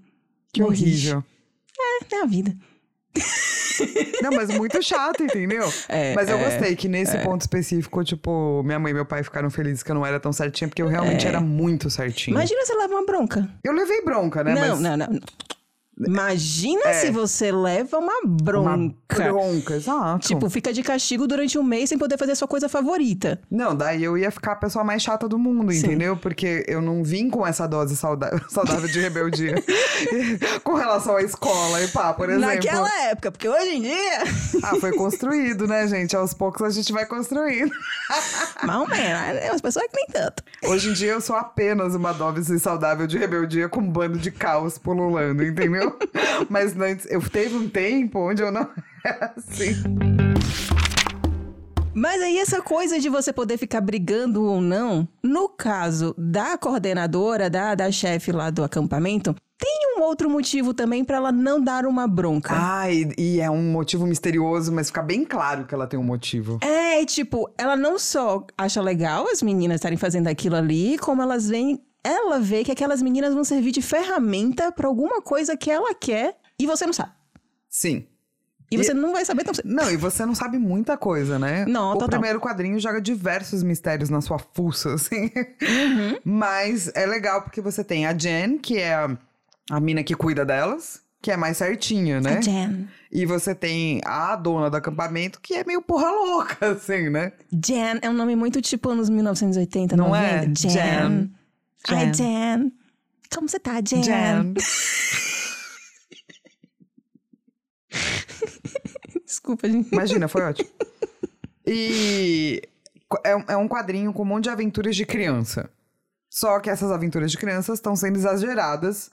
Speaker 1: Que
Speaker 2: Morri.
Speaker 1: horrível.
Speaker 2: É, é a vida.
Speaker 1: Não, mas muito chato, entendeu?
Speaker 2: É,
Speaker 1: mas eu
Speaker 2: é,
Speaker 1: gostei que nesse ponto específico, tipo, minha mãe e meu pai ficaram felizes que eu não era tão certinha, porque eu realmente
Speaker 2: É.
Speaker 1: era muito certinha.
Speaker 2: Imagina se leva uma bronca.
Speaker 1: Eu levei bronca, né?
Speaker 2: não,
Speaker 1: mas É.
Speaker 2: não, não, não. Imagina se você leva uma bronca.
Speaker 1: Uma bronca, exato.
Speaker 2: Tipo, fica de castigo durante um mês sem poder fazer a sua coisa favorita.
Speaker 1: Não, daí eu ia ficar a pessoa mais chata do mundo,
Speaker 2: Sim.
Speaker 1: entendeu? Porque eu não vim com essa dose sauda- saudável de rebeldia com relação à escola e pá, por exemplo.
Speaker 2: Naquela época, porque hoje em dia.
Speaker 1: Ah, foi construído, né, gente? Aos poucos a gente vai construindo.
Speaker 2: mal menos. As pessoas que nem tanto.
Speaker 1: Hoje em dia eu sou apenas uma dose saudável de rebeldia com um bando de caos pululando, entendeu? Mas antes, eu teve um tempo onde eu não era assim.
Speaker 2: Mas aí essa coisa de você poder ficar brigando ou não, no caso da coordenadora, da, da chefe lá do acampamento, tem um outro motivo também pra ela não dar uma bronca.
Speaker 1: Ah, e, e é um motivo misterioso, mas fica bem claro que ela tem um motivo.
Speaker 2: É, e tipo, ela não só acha legal as meninas estarem fazendo aquilo ali, como elas veem, ela vê que aquelas meninas vão servir de ferramenta pra alguma coisa que ela quer e você não sabe.
Speaker 1: Sim.
Speaker 2: E você não vai saber tão cedo.
Speaker 1: Não, e você não sabe muita coisa, né?
Speaker 2: Não,
Speaker 1: O
Speaker 2: total.
Speaker 1: primeiro quadrinho joga diversos mistérios na sua fuça, assim.
Speaker 2: Uhum.
Speaker 1: Mas é legal porque você tem a Jen, que é a, a mina que cuida delas, que é mais certinha, né?
Speaker 2: A Jen.
Speaker 1: E você tem a dona do acampamento, que é meio porra louca, assim, né?
Speaker 2: Jen é um nome muito tipo anos 1980,
Speaker 1: Não
Speaker 2: 90.
Speaker 1: é?
Speaker 2: Jen.
Speaker 1: Jen.
Speaker 2: Ai, Jen. Como você tá, Jen? Desculpa, gente.
Speaker 1: Imagina, foi ótimo. E co- é, um- é um quadrinho com um monte de aventuras de criança. Só que essas aventuras de crianças estão sendo exageradas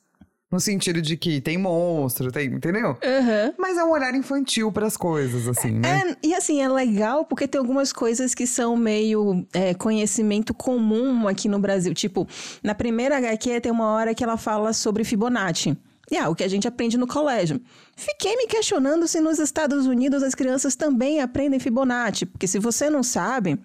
Speaker 1: no sentido de que tem monstro, tem, entendeu?
Speaker 2: Aham.
Speaker 1: Mas é um olhar infantil pras coisas, assim, né?
Speaker 2: É, e assim, é legal porque tem algumas coisas que são meio é, conhecimento comum aqui no Brasil. Tipo, na primeira HQ tem uma hora que ela fala sobre Fibonacci. E ah, o que a gente aprende no colégio. Fiquei me questionando se nos Estados Unidos as crianças também aprendem Fibonacci, porque se você não sabe,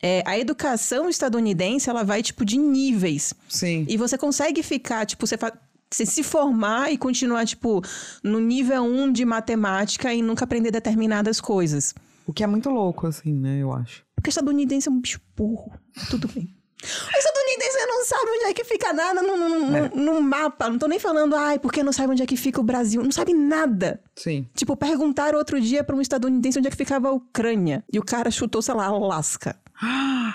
Speaker 2: é, a educação estadunidense ela vai tipo de níveis.
Speaker 1: Sim.
Speaker 2: E você consegue ficar, tipo, você, fa- você se formar e continuar, tipo, no nível 1 de matemática e nunca aprender determinadas coisas.
Speaker 1: O que é muito louco, assim, né? Eu acho.
Speaker 2: Porque estadunidense é um bicho burro. Tudo bem. O estadunidense não sabe onde é que fica nada no, no- no-
Speaker 1: É.
Speaker 2: no mapa. Não tô nem falando, ai, porque não sabe onde é que fica o Brasil. Não sabe nada.
Speaker 1: Sim.
Speaker 2: Tipo, perguntaram outro dia pra um estadunidense onde é que ficava a Ucrânia. E o cara chutou, sei lá, Alasca.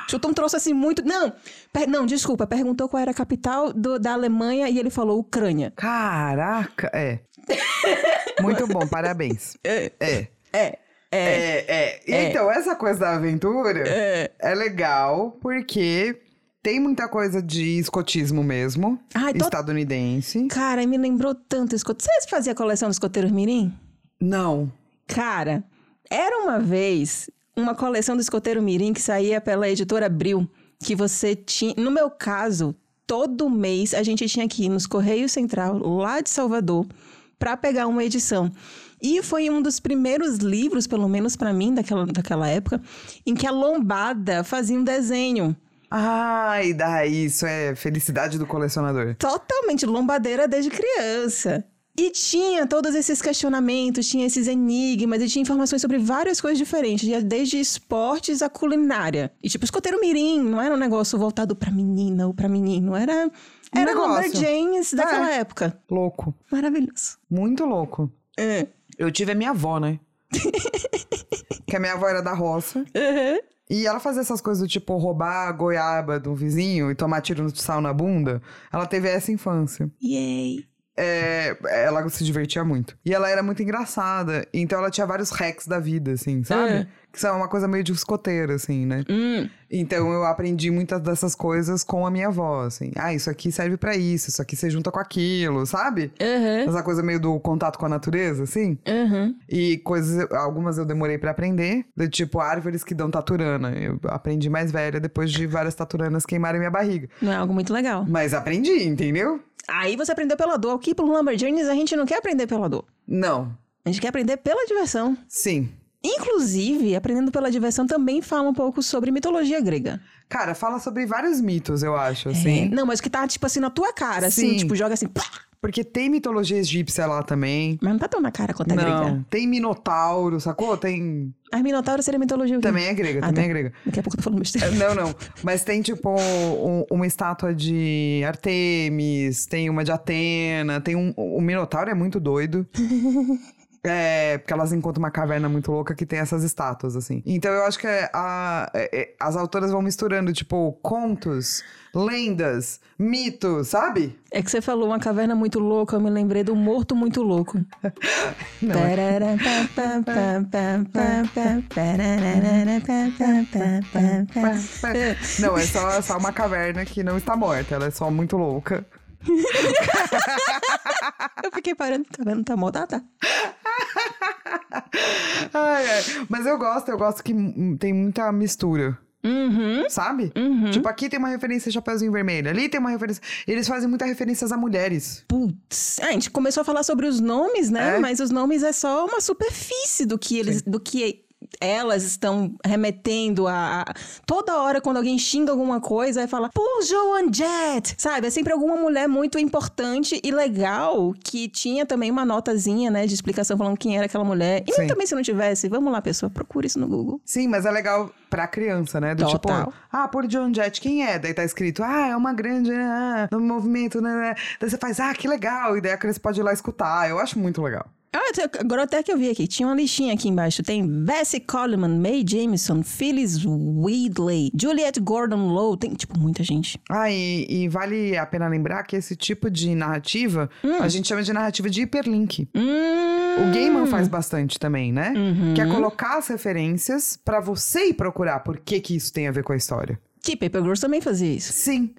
Speaker 2: Chutou um troço assim muito. Não! per- Não, desculpa. Perguntou qual era a capital do- da Alemanha e ele falou Ucrânia.
Speaker 1: Caraca, é. Muito bom, parabéns.
Speaker 2: É.
Speaker 1: É.
Speaker 2: É. É.
Speaker 1: É, é. Então, essa coisa da aventura
Speaker 2: É.
Speaker 1: é legal porque tem muita coisa de escotismo mesmo,
Speaker 2: Ai, tô-
Speaker 1: estadunidense.
Speaker 2: Cara, me lembrou tanto escoteiro. Vocês faziam a coleção dos escoteiros Mirim?
Speaker 1: Não.
Speaker 2: Cara, era uma vez uma coleção do escoteiro Mirim que saía pela editora Abril, que você tinha. No meu caso, todo mês a gente tinha que ir nos Correios Central, lá de Salvador, para pegar uma edição. E foi um dos primeiros livros, pelo menos para mim, daquela, daquela época, em que a lombada fazia um desenho.
Speaker 1: Ai, daí isso é felicidade do colecionador.
Speaker 2: totalmente lombadeira desde criança. E tinha todos esses questionamentos, tinha esses enigmas e tinha informações sobre várias coisas diferentes, ia desde esportes a culinária. E tipo, escoteiro mirim, não era um negócio voltado pra menina ou pra menino, era
Speaker 1: Um
Speaker 2: era
Speaker 1: negócio.
Speaker 2: Lumberjanes daquela época.
Speaker 1: Louco.
Speaker 2: Maravilhoso.
Speaker 1: Muito louco.
Speaker 2: É.
Speaker 1: Eu tive a minha avó, né? que a minha avó era da roça.
Speaker 2: Uhum.
Speaker 1: E ela fazia essas coisas do tipo roubar a goiaba do vizinho e tomar tiro no sal na bunda. Ela teve essa infância.
Speaker 2: Yay.
Speaker 1: É, ela se divertia muito. E ela era muito engraçada. Então ela tinha vários hacks da vida, assim, sabe?
Speaker 2: É.
Speaker 1: Que são uma coisa meio de escoteiro, assim, né?
Speaker 2: Hum.
Speaker 1: Então eu aprendi muitas dessas coisas com a minha avó, assim. Ah, isso aqui serve pra isso, isso aqui você junta com aquilo, sabe?
Speaker 2: Uhum.
Speaker 1: Essa coisa meio do contato com a natureza, assim.
Speaker 2: Uhum.
Speaker 1: E coisas, algumas eu demorei pra aprender, do tipo árvores que dão taturana. Eu aprendi mais velha depois de várias taturanas queimarem minha barriga.
Speaker 2: Não é algo muito legal.
Speaker 1: Mas aprendi, entendeu?
Speaker 2: Aí você aprendeu pela dor. Aqui pro Lumberjanes a gente não quer aprender pela dor.
Speaker 1: Não.
Speaker 2: A gente quer aprender pela diversão.
Speaker 1: Sim.
Speaker 2: Inclusive, Aprendendo pela Diversão também fala um pouco sobre mitologia grega.
Speaker 1: Cara, fala sobre vários mitos, eu acho, assim.
Speaker 2: É, Não, mas que tá, tipo assim, na tua cara, assim,
Speaker 1: Sim.
Speaker 2: tipo, joga assim, pá!
Speaker 1: Porque tem mitologia egípcia lá também.
Speaker 2: Mas não tá tão na cara quanto a grega.
Speaker 1: Não, tem minotauro, sacou? Tem.
Speaker 2: A Minotauro seria mitologia o quê?
Speaker 1: Também é grega,
Speaker 2: Ah,
Speaker 1: também é
Speaker 2: tá.
Speaker 1: grega. É,
Speaker 2: Daqui a pouco eu tô falando besteira.
Speaker 1: Não, não. Mas tem, tipo, um- uma estátua de Artemis, tem uma de Atena, tem um. O Minotauro é muito doido. É, porque elas encontram uma caverna muito louca que tem essas estátuas, assim. Então eu acho que é a- é- é- as autoras vão misturando, tipo, contos, lendas, mitos, sabe?
Speaker 2: É que você falou uma caverna muito louca, eu me lembrei do morto muito louco.
Speaker 1: Não, é-
Speaker 2: Parará, pá, pá, pá, pá, pá, pá, parará, pá, pá, pá, pá, pá.
Speaker 1: Não, é só, é só uma caverna que não está morta, ela é só muito louca.
Speaker 2: Eu fiquei parando, tá vendo? Tá morta, Ah, tá.
Speaker 1: Ai, ai. Mas eu gosto, eu gosto que hum, tem muita mistura,
Speaker 2: Uhum,
Speaker 1: sabe?
Speaker 2: uhum.
Speaker 1: Tipo, aqui tem uma referência a Chapeuzinho Vermelho, ali tem uma referência. Eles fazem muitas referências a mulheres.
Speaker 2: Putz, Ah, a gente começou a falar sobre os nomes, né?
Speaker 1: É.
Speaker 2: Mas os nomes é só uma superfície do que eles, do que elas estão remetendo a, a- toda hora quando alguém xinga alguma coisa aí fala por Joan Jett, sabe? É sempre alguma mulher muito importante e legal que tinha também uma notazinha, né, de explicação falando quem era aquela mulher. E
Speaker 1: Sim.
Speaker 2: também se não tivesse, vamos lá, pessoa, procura isso no Google.
Speaker 1: Sim, mas é legal pra criança, né? Do
Speaker 2: Total.
Speaker 1: tipo, ah, por John Jett, quem é? Daí tá escrito, ah, é uma grande ah, no movimento, né? né. Daí você faz, ah, que legal. E daí a criança pode ir lá escutar. Eu acho muito legal.
Speaker 2: Ah, até- agora até que eu vi aqui, tinha uma listinha aqui embaixo. Tem Bessie Coleman, Mae Jameson, Phyllis Wheatley, Juliette Gordon Lowe. Tem, tipo, muita gente.
Speaker 1: Ah, e, e vale a pena lembrar que esse tipo de narrativa, a gente chama de narrativa de hiperlink.
Speaker 2: Hum.
Speaker 1: O Gaiman faz bastante também, né?
Speaker 2: Uhum.
Speaker 1: Que é colocar as referências pra você ir procurar por que que isso tem a ver com a história.
Speaker 2: Que Paper Girls também fazia isso.
Speaker 1: Sim.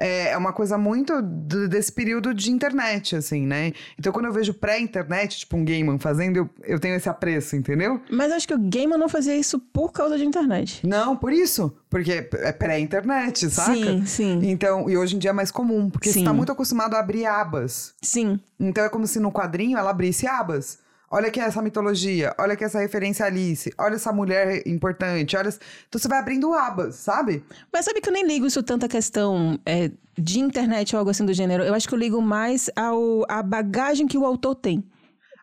Speaker 1: é, é uma coisa muito do- desse período de internet, assim, né? Então, quando eu vejo pré-internet, tipo um Gaiman fazendo, eu, eu tenho esse apreço, entendeu?
Speaker 2: Mas acho que o Gamer não fazia isso por causa de internet.
Speaker 1: Não, por isso. Porque é- é pré-internet, saca?
Speaker 2: Sim, sim.
Speaker 1: Então, e hoje em dia é mais comum, porque você
Speaker 2: Sim.
Speaker 1: tá muito acostumado a abrir abas.
Speaker 2: Sim.
Speaker 1: Então é como se no quadrinho ela abrisse abas. Olha aqui essa mitologia, olha aqui essa referência a Alice, olha essa mulher importante, olha. essa- Então você vai abrindo abas, sabe?
Speaker 2: Mas sabe que eu nem ligo isso tanto à questão é, de internet ou algo assim do gênero. Eu acho que eu ligo mais ao, à bagagem que o autor tem.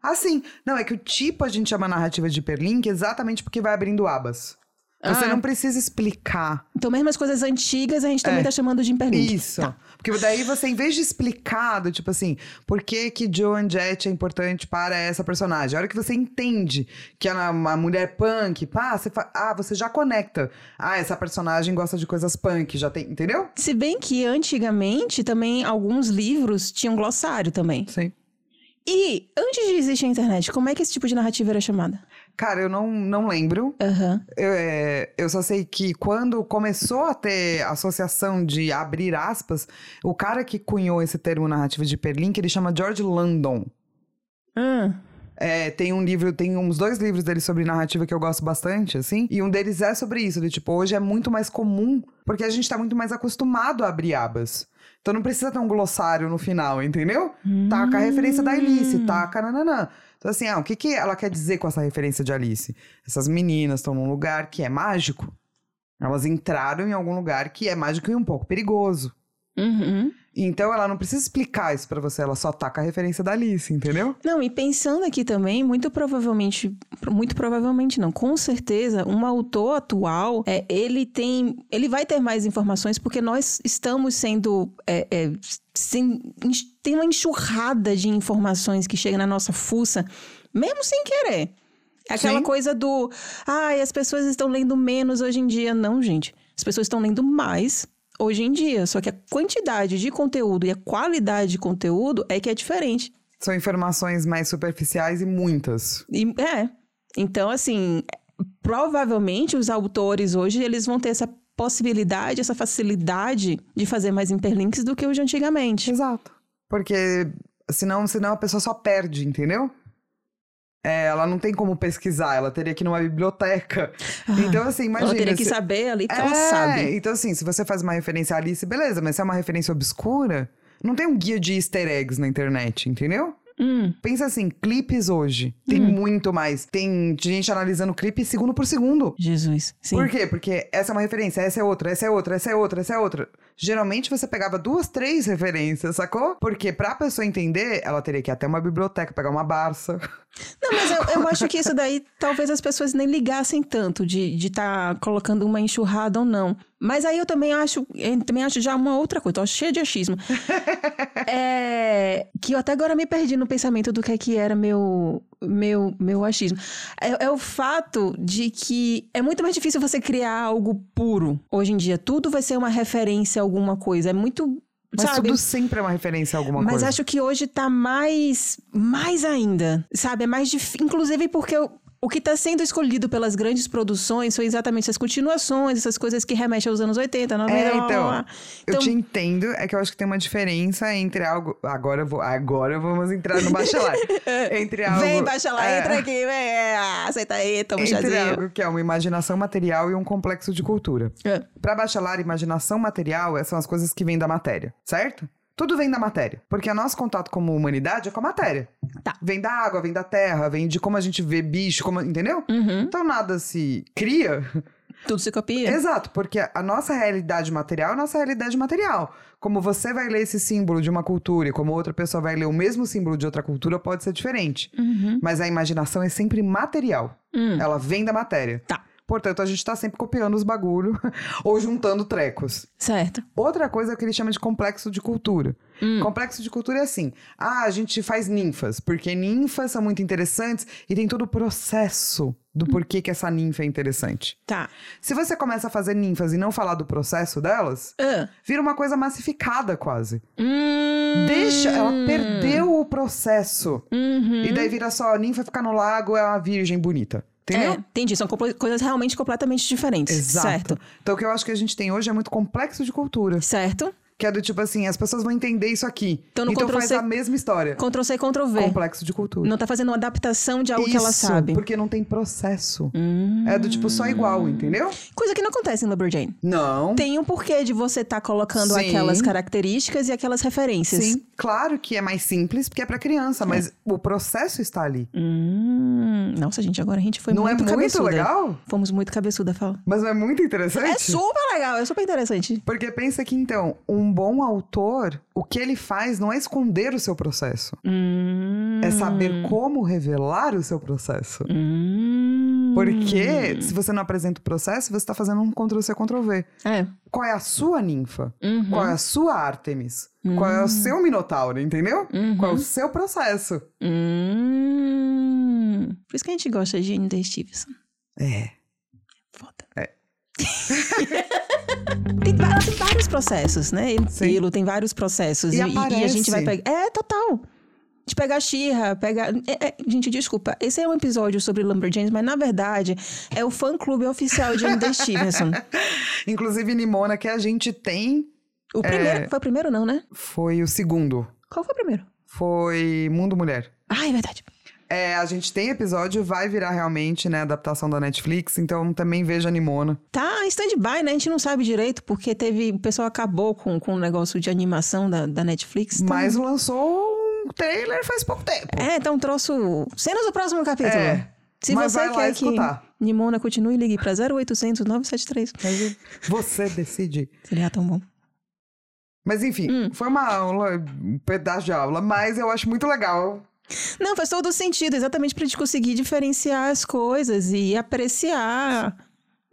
Speaker 1: Assim, não, é que o tipo a gente chama narrativa de hiperlink exatamente porque vai abrindo abas. Você
Speaker 2: Ah.
Speaker 1: não precisa explicar
Speaker 2: Então, mesmo as coisas antigas, a gente também
Speaker 1: É.
Speaker 2: tá chamando de hiperlink.
Speaker 1: isso. Porque daí você, em vez de explicar, do tipo assim, por que que Joan Jett é importante para essa personagem? A hora que você entende que ela é uma mulher punk, pá, você, fa- ah, você já conecta. Ah, essa personagem gosta de coisas punk, já tem, entendeu?
Speaker 2: Se bem que antigamente também alguns livros tinham glossário também.
Speaker 1: Sim.
Speaker 2: E antes de existir a internet, como é que esse tipo de narrativa era chamada?
Speaker 1: Cara, eu não, não lembro.
Speaker 2: Aham.
Speaker 1: Eu, é, eu só sei que quando começou a ter associação de abrir aspas, o cara que cunhou esse termo narrativa de hiperlink, ele chama George Landon.
Speaker 2: Ah,
Speaker 1: É, tem um livro, tem uns dois livros dele sobre narrativa que eu gosto bastante, assim. E um deles é sobre isso, do tipo, hoje é muito mais comum, porque a gente tá muito mais acostumado a abrir abas. Então não precisa ter um glossário no final, entendeu? Taca Tá a referência da Alice,
Speaker 2: Hum.
Speaker 1: tá? taca nananã. Então assim, ah, o que, que ela quer dizer com essa referência de Alice? Essas meninas estão num lugar que é mágico. Elas entraram em algum lugar que é mágico e um pouco perigoso.
Speaker 2: uhum.
Speaker 1: Então ela não precisa explicar isso pra você, ela só taca a referência da Alice, entendeu?
Speaker 2: Não, e pensando aqui também, muito provavelmente, muito provavelmente não, com certeza, um autor atual, é, ele tem, ele vai ter mais informações porque nós estamos sendo, é, é, sem- enx- tem uma enxurrada de informações que chega na nossa fuça, mesmo sem querer. É Aquela
Speaker 1: Sim.
Speaker 2: coisa do, ai, as pessoas estão lendo menos hoje em dia. Não, gente, as pessoas estão lendo mais hoje em dia, só que a quantidade de conteúdo e a qualidade de conteúdo é que é diferente.
Speaker 1: São informações mais superficiais e muitas.
Speaker 2: E- é. Então, assim, provavelmente os autores hoje, eles vão ter essa possibilidade, essa facilidade de fazer mais hiperlinks do que hoje antigamente.
Speaker 1: Exato. Porque senão, senão a pessoa só perde, entendeu? É, ela não tem como pesquisar, ela teria que ir numa biblioteca. então, assim, imagina.
Speaker 2: Ah, ela teria que
Speaker 1: se-
Speaker 2: saber ali que ela
Speaker 1: É,
Speaker 2: sabe.
Speaker 1: Então, assim, se você faz uma referência a Alice, beleza, mas se é uma referência obscura, não tem um guia de easter eggs na internet, entendeu?
Speaker 2: Hum,
Speaker 1: Pensa assim, clipes hoje. Tem muito mais. Tem gente analisando clipe segundo por segundo.
Speaker 2: Jesus, sim.
Speaker 1: Por quê? Porque essa é uma referência, essa é outra, essa é outra, essa é outra, essa é outra. Geralmente você pegava duas, três referências, sacou? Porque pra pessoa entender, ela teria que ir até uma biblioteca, pegar uma Barça.
Speaker 2: Não, mas eu, eu acho que isso daí talvez as pessoas nem ligassem tanto de estar de tá colocando uma enxurrada ou não. Mas aí eu também acho, eu também acho já uma outra coisa, tô cheia de achismo. É, que eu até agora me perdi no pensamento do que é que era meu meu meu achismo. É, é o fato de que é muito mais difícil você criar algo puro hoje em dia. Tudo vai ser uma referência a alguma coisa. É muito
Speaker 1: Mas
Speaker 2: sabe?
Speaker 1: tudo sempre é uma referência a alguma
Speaker 2: Mas
Speaker 1: coisa.
Speaker 2: acho que hoje tá mais, mais ainda, sabe? É mais difícil, inclusive porque o, o que tá sendo escolhido pelas grandes produções são exatamente essas continuações, essas coisas que remetem aos anos 80, 90,
Speaker 1: É,
Speaker 2: blá, blá,
Speaker 1: então,
Speaker 2: blá.
Speaker 1: Eu te entendo, é que eu acho que tem uma diferença entre algo. Agora eu vou. Agora vamos entrar no bachelar. é, entre algo.
Speaker 2: Vem, baixa lá,
Speaker 1: é,
Speaker 2: entra aqui, vem, é, aceita aí, toma um
Speaker 1: Entre
Speaker 2: chazinho.
Speaker 1: algo que é uma imaginação material e um complexo de cultura.
Speaker 2: É.
Speaker 1: Pra bachelar, imaginação material eh, são as coisas que vêm da matéria, certo? Tudo vem da matéria. Porque o nosso contato como humanidade é com a matéria.
Speaker 2: Tá.
Speaker 1: Vem da água, vem da terra, vem de como a gente vê bicho, como, entendeu?
Speaker 2: Uhum.
Speaker 1: Então nada se cria. É.
Speaker 2: Tudo se copia.
Speaker 1: Exato, porque a nossa realidade material é a nossa realidade material. Como você vai ler esse símbolo de uma cultura e como outra pessoa vai ler o mesmo símbolo de outra cultura, pode ser diferente.
Speaker 2: Uhum.
Speaker 1: Mas a imaginação é sempre material.
Speaker 2: Hum.
Speaker 1: Ela vem da matéria.
Speaker 2: Tá.
Speaker 1: Portanto, a gente tá sempre copiando os bagulho ou juntando trecos.
Speaker 2: Certo.
Speaker 1: Outra coisa é o que ele chama de complexo de cultura.
Speaker 2: Hum.
Speaker 1: Complexo de cultura é assim: ah, a gente faz ninfas, porque ninfas são muito interessantes e tem todo o processo
Speaker 2: Hum.
Speaker 1: do porquê que essa ninfa é interessante.
Speaker 2: Tá.
Speaker 1: Se você começa a fazer ninfas e não falar do processo delas,
Speaker 2: Ah.
Speaker 1: vira uma coisa massificada quase.
Speaker 2: Hum.
Speaker 1: Deixa, ela perdeu o processo.
Speaker 2: Uhum.
Speaker 1: E daí vira só: a ninfa ficar no lago é uma virgem bonita. Entendeu?
Speaker 2: É, entendi. São compo- coisas realmente completamente diferentes.
Speaker 1: Exato.
Speaker 2: Certo.
Speaker 1: Então, o que eu acho que a gente tem hoje é muito complexo de cultura.
Speaker 2: Certo.
Speaker 1: que é do tipo assim, as pessoas vão entender isso aqui.
Speaker 2: Então, no Ctrl+C
Speaker 1: faz a mesma história.
Speaker 2: Ctrl C, Ctrl V.
Speaker 1: Complexo de cultura.
Speaker 2: Não tá fazendo uma adaptação de algo
Speaker 1: isso,
Speaker 2: que ela sabe.
Speaker 1: porque não tem processo.
Speaker 2: Hum.
Speaker 1: É do tipo só igual, entendeu?
Speaker 2: Coisa que não acontece em Lumberjane.
Speaker 1: Não.
Speaker 2: Tem um porquê de você estar colocando
Speaker 1: Sim.
Speaker 2: aquelas características e aquelas referências.
Speaker 1: Sim, claro que é mais simples porque é pra criança, mas o processo está ali.
Speaker 2: Hum, nossa, gente, agora a gente foi
Speaker 1: não
Speaker 2: muito
Speaker 1: é muito
Speaker 2: cabeçuda.
Speaker 1: legal?
Speaker 2: Fomos muito cabeçuda, fala.
Speaker 1: Mas não é muito interessante?
Speaker 2: É super legal, é super interessante.
Speaker 1: Porque pensa que, então, um bom autor, o que ele faz não é esconder o seu processo.
Speaker 2: Hum.
Speaker 1: É saber como revelar o seu processo.
Speaker 2: Hum.
Speaker 1: Porque se você não apresenta o processo, você está fazendo um Ctrl-C, Ctrl-V.
Speaker 2: É.
Speaker 1: Qual é a sua ninfa?
Speaker 2: Uhum.
Speaker 1: Qual é a sua Artemis? Qual é o seu Minotauro, entendeu?
Speaker 2: Hum. Uhum.
Speaker 1: Qual é o seu processo?
Speaker 2: Hum. Por isso que a gente gosta de Jane Stevenson.
Speaker 1: É.
Speaker 2: Foda. tem, va- ela tem vários processos, né? Ele
Speaker 1: Sim.
Speaker 2: ele tem vários processos.
Speaker 1: E
Speaker 2: a gente vai
Speaker 1: aparece.
Speaker 2: pegar. É, total. De pegar Xirra, pegar. é, é, gente, desculpa. Esse é um episódio sobre Lumberjanes, mas na verdade é o fã clube oficial de Andy Stevenson.
Speaker 1: Inclusive, Nimona, que a gente tem,
Speaker 2: O primeiro. Foi o primeiro, não, né?
Speaker 1: foi o segundo.
Speaker 2: Qual foi o primeiro?
Speaker 1: Foi Mundo Mulher.
Speaker 2: Ah, é verdade.
Speaker 1: É, a gente tem episódio, vai virar realmente, né, adaptação da Netflix, então também veja Nimona.
Speaker 2: Tá em stand-by, né? A gente não sabe direito, porque teve. O pessoal acabou com, com o negócio de animação da, da Netflix. então-
Speaker 1: Mas lançou um trailer faz pouco tempo.
Speaker 2: É, então trouxe cenas do próximo capítulo.
Speaker 1: É,
Speaker 2: Se
Speaker 1: mas
Speaker 2: você
Speaker 1: vai lá
Speaker 2: quer que
Speaker 1: escutar.
Speaker 2: Nimona continue, ligue pra 0800 973.
Speaker 1: Você decide.
Speaker 2: Seria tão bom.
Speaker 1: Mas enfim, foi uma aula, um pedaço de aula, mas eu acho muito legal.
Speaker 2: Não, faz todo sentido, exatamente pra gente conseguir diferenciar as coisas e apreciar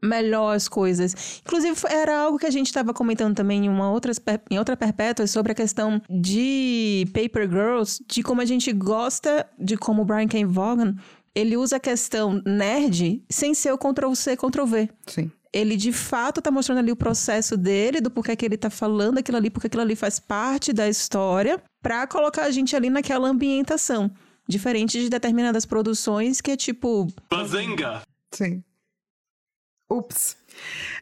Speaker 2: melhor as coisas. Inclusive, foi- era algo que a gente estava comentando também em, uma outra, esper- em outra perpétua sobre a questão de Paper Girls, de como a gente gosta de como o Brian K. Vaughan, ele usa a questão nerd sem ser o Ctrl-C, Ctrl-V.
Speaker 1: Sim.
Speaker 2: ele de fato tá mostrando ali o processo dele, do porquê que ele tá falando aquilo ali, porque aquilo ali faz parte da história, pra colocar a gente ali naquela ambientação. Diferente de determinadas produções que é tipo.
Speaker 4: Bazinga!
Speaker 1: Sim. Ups.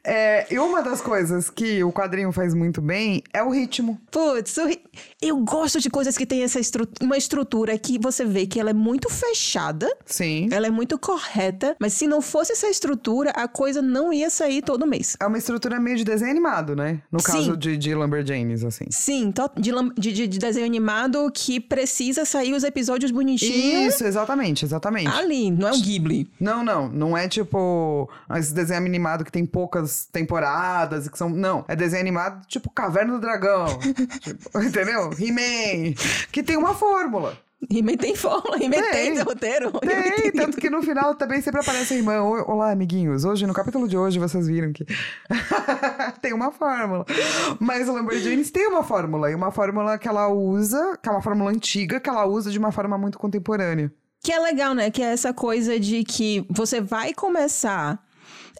Speaker 1: É, e uma das coisas que o quadrinho faz muito bem é o ritmo.
Speaker 2: Putz, eu, ri- eu gosto de coisas que tem essa estru... uma estrutura que você vê que ela é muito fechada,
Speaker 1: Sim.
Speaker 2: ela é muito correta, mas se não fosse essa estrutura, a coisa não ia sair todo mês.
Speaker 1: É uma estrutura meio de desenho animado, né? No
Speaker 2: Sim.
Speaker 1: caso de, de Lumberjanes, assim.
Speaker 2: Sim, to- de, lam- de- de- de desenho animado que precisa sair os episódios bonitinhos
Speaker 1: Isso, exatamente, exatamente.
Speaker 2: ali, não é um Ghibli.
Speaker 1: Não, não. Não é tipo esse desenho animado que tem poucas temporadas e que são. Não. É desenho animado tipo Caverna do Dragão. tipo, entendeu? He-Man. Que tem uma fórmula.
Speaker 2: He-Man tem fórmula, He-Man
Speaker 1: Tem.
Speaker 2: tem, roteiro. He-Man
Speaker 1: Tem, então. tanto que no final também sempre aparece a irmã. "Oi, Olá, amiguinhos. Hoje, no capítulo de hoje, vocês viram que tem uma fórmula. Mas o Lamborghini tem uma fórmula. E uma fórmula que ela usa, que é uma fórmula antiga, que ela usa de uma forma muito contemporânea.
Speaker 2: Que é legal, né? Que é essa coisa de que você vai começar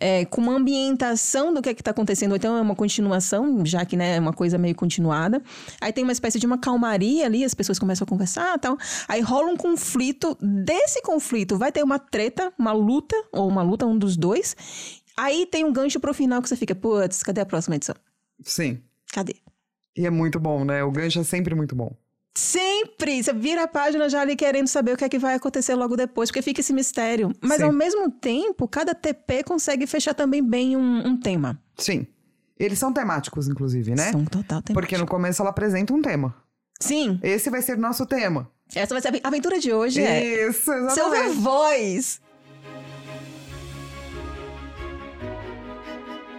Speaker 2: é, com uma ambientação do que é que tá acontecendo, ou então é uma continuação, já que né, é uma coisa meio continuada. Aí tem uma espécie de uma calmaria ali, as pessoas começam a conversar e tal. Aí rola um conflito. Desse conflito vai ter uma treta, uma luta, ou uma luta, um dos dois. Aí tem um gancho pro final que você fica, putz, cadê a próxima edição?
Speaker 1: Sim.
Speaker 2: Cadê?
Speaker 1: E é muito bom, né? O gancho é sempre muito bom.
Speaker 2: Sempre! Você vira a página já ali querendo saber o que é que vai acontecer logo depois, porque fica esse mistério. Mas
Speaker 1: Sim.
Speaker 2: ao mesmo tempo, cada TP consegue fechar também bem um, um tema.
Speaker 1: Sim. Eles são temáticos, inclusive, né?
Speaker 2: São um total tema.
Speaker 1: Porque no começo ela apresenta um tema.
Speaker 2: Sim,
Speaker 1: Esse vai ser nosso tema.
Speaker 2: essa vai ser a aven- a aventura de hoje. É.
Speaker 1: Isso,
Speaker 2: Se houver
Speaker 1: exatamente.
Speaker 2: voz!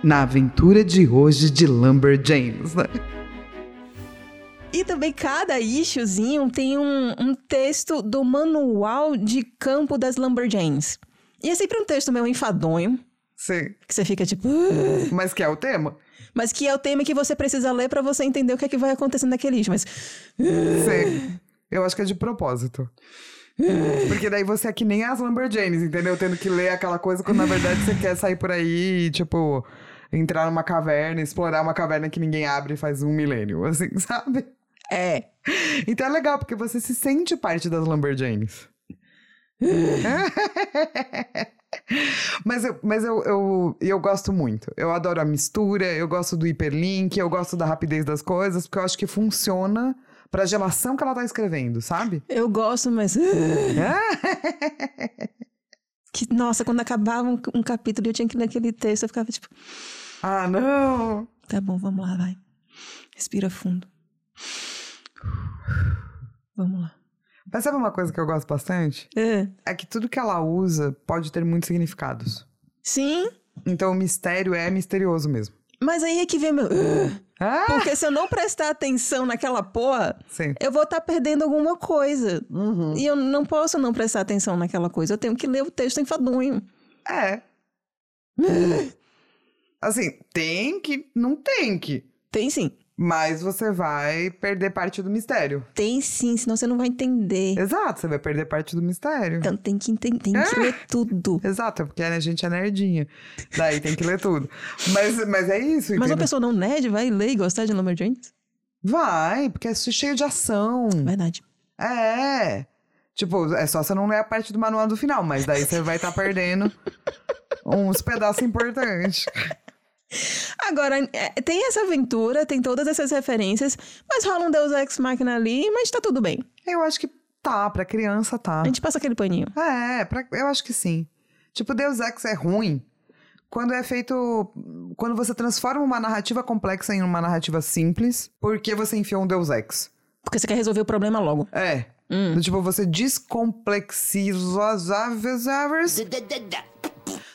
Speaker 1: Na aventura de hoje de Lumberjanes. né?
Speaker 2: E também cada issuezinho tem um, um texto do manual de campo das Lumberjanes. E é sempre um texto meio enfadonho,
Speaker 1: Sim.
Speaker 2: que você fica tipo. "Ah",
Speaker 1: Mas que é o tema?
Speaker 2: Mas que é o tema que você precisa ler pra você entender o que é que vai acontecer naquele issue. Mas.
Speaker 1: Sim. Eu acho que é de propósito. Porque daí você é que nem as Lumberjanes, entendeu? Tendo que ler aquela coisa quando na verdade você quer sair por aí e, tipo, entrar numa caverna, explorar uma caverna que ninguém abre faz um milênio, assim, sabe?
Speaker 2: É,
Speaker 1: Então é legal, porque você se sente parte das Lumberjanes. Mas, eu, mas eu, eu, eu gosto muito. Eu adoro a mistura, eu gosto do hiperlink, eu gosto da rapidez das coisas, porque eu acho que funciona pra gelação que ela tá escrevendo, sabe?
Speaker 2: Eu gosto, mas. que, nossa, quando acabava um, um capítulo e eu tinha que ler aquele texto, eu ficava tipo,
Speaker 1: Ah, não!
Speaker 2: tá bom, vamos lá, vai. Respira fundo. Vamos lá.
Speaker 1: Mas sabe uma coisa que eu gosto bastante?
Speaker 2: É.
Speaker 1: É que tudo que ela usa pode ter muitos significados.
Speaker 2: Sim,
Speaker 1: Então o mistério é misterioso mesmo.
Speaker 2: mas aí é que vem meu.
Speaker 1: Ah!
Speaker 2: Porque se eu não prestar atenção naquela porra,
Speaker 1: Sim.
Speaker 2: eu vou estar perdendo alguma coisa.
Speaker 1: Uhum.
Speaker 2: E eu não posso não prestar atenção naquela coisa. Eu tenho que ler o texto enfadonho.
Speaker 1: É. Assim, tem que, não tem que.
Speaker 2: Tem sim.
Speaker 1: Mas você vai perder parte do mistério.
Speaker 2: Tem sim, senão você não vai entender.
Speaker 1: Exato, você vai perder parte do mistério.
Speaker 2: Então tem que entender, tem que ler tudo.
Speaker 1: Exato, é porque a gente é nerdinha. Daí tem que ler tudo. Mas, mas é isso,
Speaker 2: Mas uma
Speaker 1: entendeu?
Speaker 2: pessoa não nerd vai ler e gostar de Lumberjanes?
Speaker 1: Vai, porque é cheio de ação.
Speaker 2: Verdade.
Speaker 1: É. Tipo, é só você não ler a parte do manual do final, mas daí você vai estar perdendo uns pedaços importantes.
Speaker 2: Agora, é, tem essa aventura, tem todas essas referências, mas rola um Deus Ex Machina ali, mas tá tudo bem.
Speaker 1: Eu acho que tá, pra criança tá.
Speaker 2: A gente passa aquele paninho.
Speaker 1: É, pra- eu acho que sim. Tipo, Deus Ex é ruim quando é feito. Quando você transforma uma narrativa complexa em uma narrativa simples, porque você enfiou um Deus Ex.
Speaker 2: Porque você quer resolver o problema logo.
Speaker 1: É.
Speaker 2: Hum.
Speaker 1: Do Tipo, você descomplexiza as aves- aves-
Speaker 3: Da-da-da-da.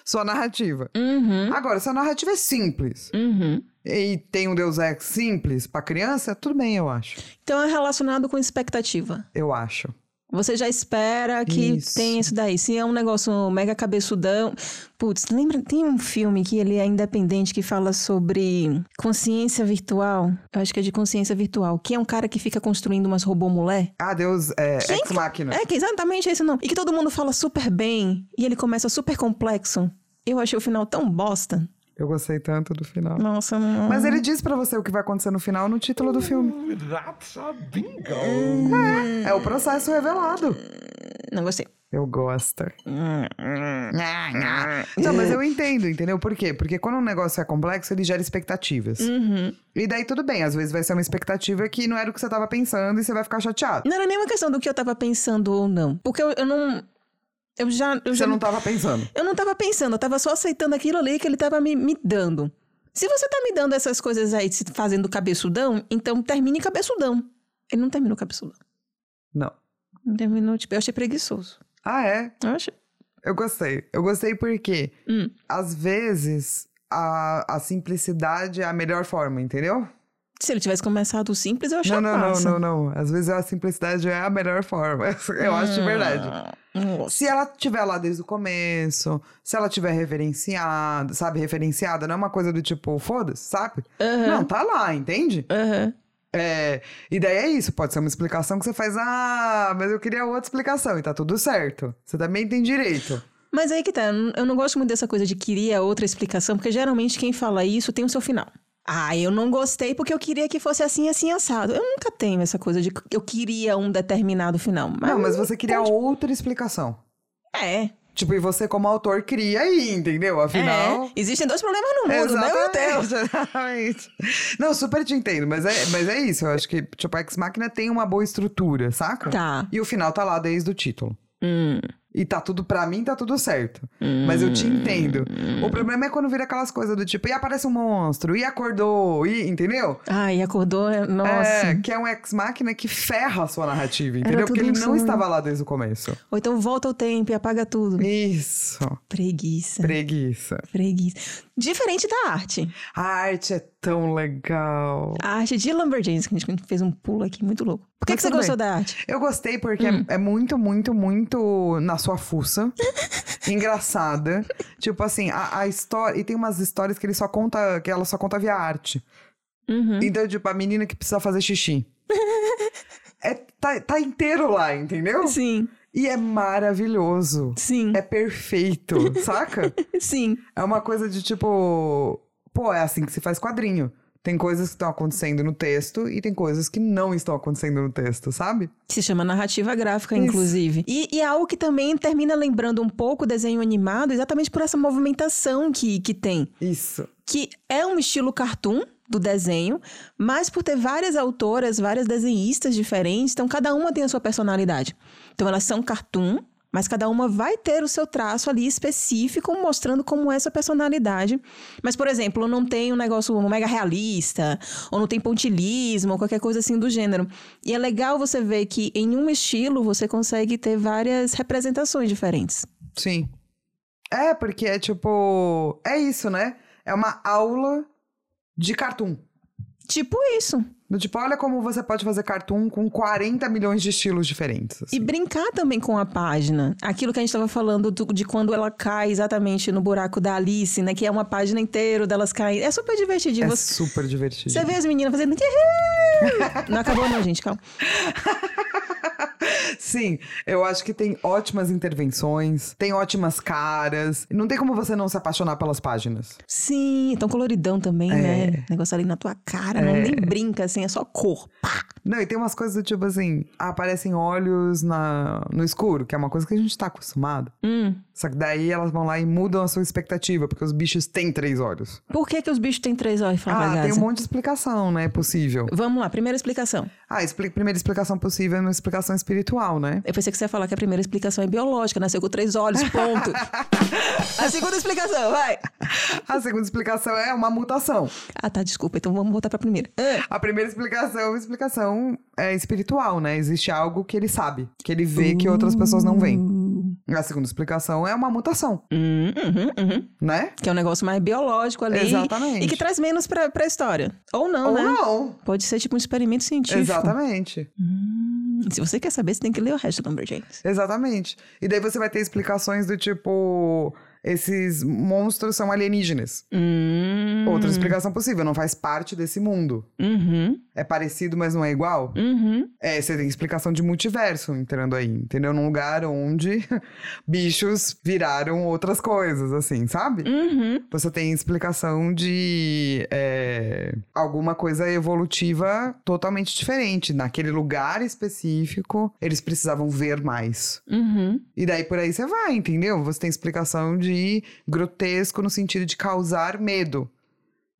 Speaker 1: sua narrativa.
Speaker 2: Uhum.
Speaker 1: Agora, se a narrativa é simples
Speaker 2: Uhum.
Speaker 1: e tem um Deus Ex simples pra criança, tudo bem, eu acho.
Speaker 2: Então é relacionado com expectativa.
Speaker 1: Eu acho.
Speaker 2: Você já espera que
Speaker 1: Isso.
Speaker 2: tenha isso daí. Se é um negócio mega cabeçudão. Putz, lembra? Tem um filme que ele é independente que fala sobre consciência virtual. Eu acho que é de consciência virtual. Que é um cara que fica construindo umas robô mulher.
Speaker 1: Ah, Deus é,
Speaker 2: Quem
Speaker 1: Ex Máquina.
Speaker 2: É, que é exatamente esse não. E que todo mundo fala super bem. E ele começa super complexo. Eu achei o final tão bosta.
Speaker 1: Eu gostei tanto do final.
Speaker 2: Nossa, não.
Speaker 1: Mas ele diz pra você o que vai acontecer no final no título do filme.
Speaker 4: That's a bingo.
Speaker 1: É o processo revelado.
Speaker 2: Não gostei. Uhum.
Speaker 1: Eu gosto. Não, mas eu entendo, entendeu? Por quê? Porque quando um negócio é complexo, ele gera expectativas.
Speaker 2: Uhum.
Speaker 1: E daí tudo bem, às vezes vai ser uma expectativa que não era o que você tava pensando e você vai ficar chateado.
Speaker 2: Não era nenhuma questão do que eu tava pensando ou não. Porque eu, eu não. Eu já. Eu
Speaker 1: Você
Speaker 2: já
Speaker 1: não tava pensando.
Speaker 2: Eu não tava pensando, eu tava só aceitando aquilo ali que ele tava me, me dando. Se você tá me dando essas coisas aí, se fazendo cabeçudão, então termine cabeçudão. Ele não terminou cabeçudão.
Speaker 1: Não.
Speaker 2: Não terminou, tipo, eu achei preguiçoso.
Speaker 1: Ah, é?
Speaker 2: Eu achei.
Speaker 1: Eu gostei. Eu gostei porque,
Speaker 2: Hum.
Speaker 1: às vezes, a, a simplicidade é a melhor forma, entendeu?
Speaker 2: Se ele tivesse começado simples, eu achei
Speaker 1: Não, não, não,
Speaker 2: massa.
Speaker 1: não, não. Às vezes a simplicidade é a melhor forma. Eu acho de verdade.
Speaker 2: Hum. Nossa.
Speaker 1: Se ela tiver lá desde o começo, se ela tiver referenciada, sabe, referenciada, não é uma coisa do tipo, foda-se, sabe?
Speaker 2: Aham.
Speaker 1: Não, tá lá, entende?
Speaker 2: Aham.
Speaker 1: É, e daí é isso, pode ser uma explicação que você faz, ah, mas eu queria outra explicação, e tá tudo certo. Você também tem direito.
Speaker 2: Mas aí que tá, eu não- eu não gosto muito dessa coisa de queria outra explicação, porque geralmente quem fala isso tem o seu final. Ah, eu não gostei porque eu queria que fosse assim, assim, assado. Eu nunca tenho essa coisa de que eu queria um determinado final. Mas
Speaker 1: não, mas você queria outra explicação.
Speaker 2: É.
Speaker 1: Tipo, e você como autor cria aí, entendeu? Afinal...
Speaker 2: É. Existem dois problemas no mundo, né? meu Deus.
Speaker 1: Exatamente, exatamente. Não, super te entendo, mas é, mas é isso. Eu acho que, tipo, a Ex Máquina tem uma boa estrutura, saca?
Speaker 2: Tá.
Speaker 1: E o final tá lá desde o título.
Speaker 2: Hum,
Speaker 1: E tá tudo, pra mim, tá tudo certo. Mas eu te entendo. O problema é quando vira aquelas coisas do tipo, e aparece um monstro, e acordou, e. Entendeu?
Speaker 2: Ai, acordou, é- nossa.
Speaker 1: É, que é um ex-máquina que ferra a sua narrativa,
Speaker 2: Era
Speaker 1: entendeu? Porque
Speaker 2: tudo
Speaker 1: ele
Speaker 2: um
Speaker 1: não
Speaker 2: sonho.
Speaker 1: estava lá desde o começo.
Speaker 2: Ou então volta o tempo e apaga tudo.
Speaker 1: Isso.
Speaker 2: É. Preguiça,
Speaker 1: Preguiça.
Speaker 2: preguiça. Diferente da arte.
Speaker 1: A arte é tão legal.
Speaker 2: A arte de Lumberjanes, que a gente fez um pulo aqui muito louco. Por que,
Speaker 1: Mas
Speaker 2: que você
Speaker 1: tudo
Speaker 2: gostou
Speaker 1: bem.
Speaker 2: da arte?
Speaker 1: Eu gostei porque é- é, muito, muito, muito na sua fuça. engraçada. Tipo assim, a, a história. E tem umas histórias que ele só conta. Que ela só conta via arte.
Speaker 2: Uhum.
Speaker 1: Então, tipo, a menina que precisa fazer xixi. É, tá, tá inteiro lá, entendeu?
Speaker 2: Sim,
Speaker 1: E é maravilhoso.
Speaker 2: sim,
Speaker 1: É perfeito, saca?
Speaker 2: sim.
Speaker 1: É uma coisa de tipo. Pô, é assim que é se faz quadrinho. Tem coisas que estão acontecendo no texto e tem coisas que não estão acontecendo no texto, sabe?
Speaker 2: Se chama narrativa gráfica,
Speaker 1: Isso.
Speaker 2: inclusive. E, e é algo que também termina lembrando um pouco o desenho animado, exatamente por essa movimentação que, que tem.
Speaker 1: Isso.
Speaker 2: Que é um estilo cartoon do desenho, mas por ter várias autoras, várias desenhistas diferentes, então cada uma tem a sua personalidade. Então elas são cartoon, mas cada uma vai ter o seu traço ali específico, mostrando como é essa personalidade. Mas, por exemplo, não tem um negócio mega realista, ou não tem pontilismo, ou qualquer coisa assim do gênero. E é legal você ver que em um estilo você consegue ter várias representações diferentes.
Speaker 1: Sim. É, porque é tipo. É isso, né? É uma aula de cartoon.
Speaker 2: Tipo isso.
Speaker 1: Do tipo, olha como você pode fazer cartoon com 40 milhões de estilos diferentes. assim.
Speaker 2: E brincar também com a página. Aquilo que a gente estava falando do- de quando ela cai exatamente no buraco da Alice, né? Que é uma página inteira delas caindo. É super divertidinho.
Speaker 1: É
Speaker 2: você,
Speaker 1: super divertido.
Speaker 2: você vê as meninas fazendo. "Uhul!" não acabou, não, gente, calma.
Speaker 1: Sim, eu acho que tem ótimas intervenções, tem ótimas caras. Não tem como você não se apaixonar pelas páginas.
Speaker 2: Sim, tão coloridão também, né?
Speaker 1: É.
Speaker 2: Negócio ali na tua cara, não nem brinca, assim, é só cor. Pá!
Speaker 1: Não, e tem umas coisas do tipo assim, aparecem olhos na, no escuro, que é uma coisa que a gente tá acostumado.
Speaker 2: Hum.
Speaker 1: Só que daí elas vão lá e mudam a sua expectativa, porque os bichos têm três olhos.
Speaker 2: Por que, que os bichos têm três olhos,
Speaker 1: Ah,
Speaker 2: Fábio
Speaker 1: tem um monte de explicação, né? Possível.
Speaker 2: Vamos lá, primeira explicação.
Speaker 1: Ah, expli- primeira explicação possível é uma explicação espiritual, né?
Speaker 2: Eu pensei que você ia falar que a primeira explicação é biológica, nasceu com três olhos, ponto. a segunda explicação, vai.
Speaker 1: A segunda explicação é uma mutação.
Speaker 2: Ah, tá, desculpa. Então vamos voltar pra primeira. Ah,
Speaker 1: A primeira explicação é uma explicação é, espiritual, né? Existe algo que ele sabe, que ele vê que outras pessoas não veem. A segunda explicação é uma mutação,
Speaker 2: hum, uhum, uhum.
Speaker 1: né?
Speaker 2: Que é um negócio mais biológico ali.
Speaker 1: Exatamente.
Speaker 2: E que traz menos pra, pra história. Ou não,
Speaker 1: Ou
Speaker 2: né?
Speaker 1: não.
Speaker 2: Pode ser tipo um experimento científico.
Speaker 1: Exatamente.
Speaker 2: Hum, se você quer saber, você tem que ler o resto do Lumberjanes.
Speaker 1: Exatamente. E daí você vai ter explicações do tipo. Esses monstros são alienígenas.
Speaker 2: Hum.
Speaker 1: Outra explicação possível, não faz parte desse mundo.
Speaker 2: Uhum,
Speaker 1: É parecido, mas não é igual.
Speaker 2: uhum.
Speaker 1: É, você tem explicação de multiverso entrando aí, entendeu? Num lugar onde bichos viraram outras coisas, assim, sabe?
Speaker 2: Uhum.
Speaker 1: Você tem explicação de é, alguma coisa evolutiva totalmente diferente. Naquele lugar específico, eles precisavam ver mais.
Speaker 2: Uhum.
Speaker 1: E daí por aí você vai, entendeu? Você tem explicação de grotesco no sentido de causar medo.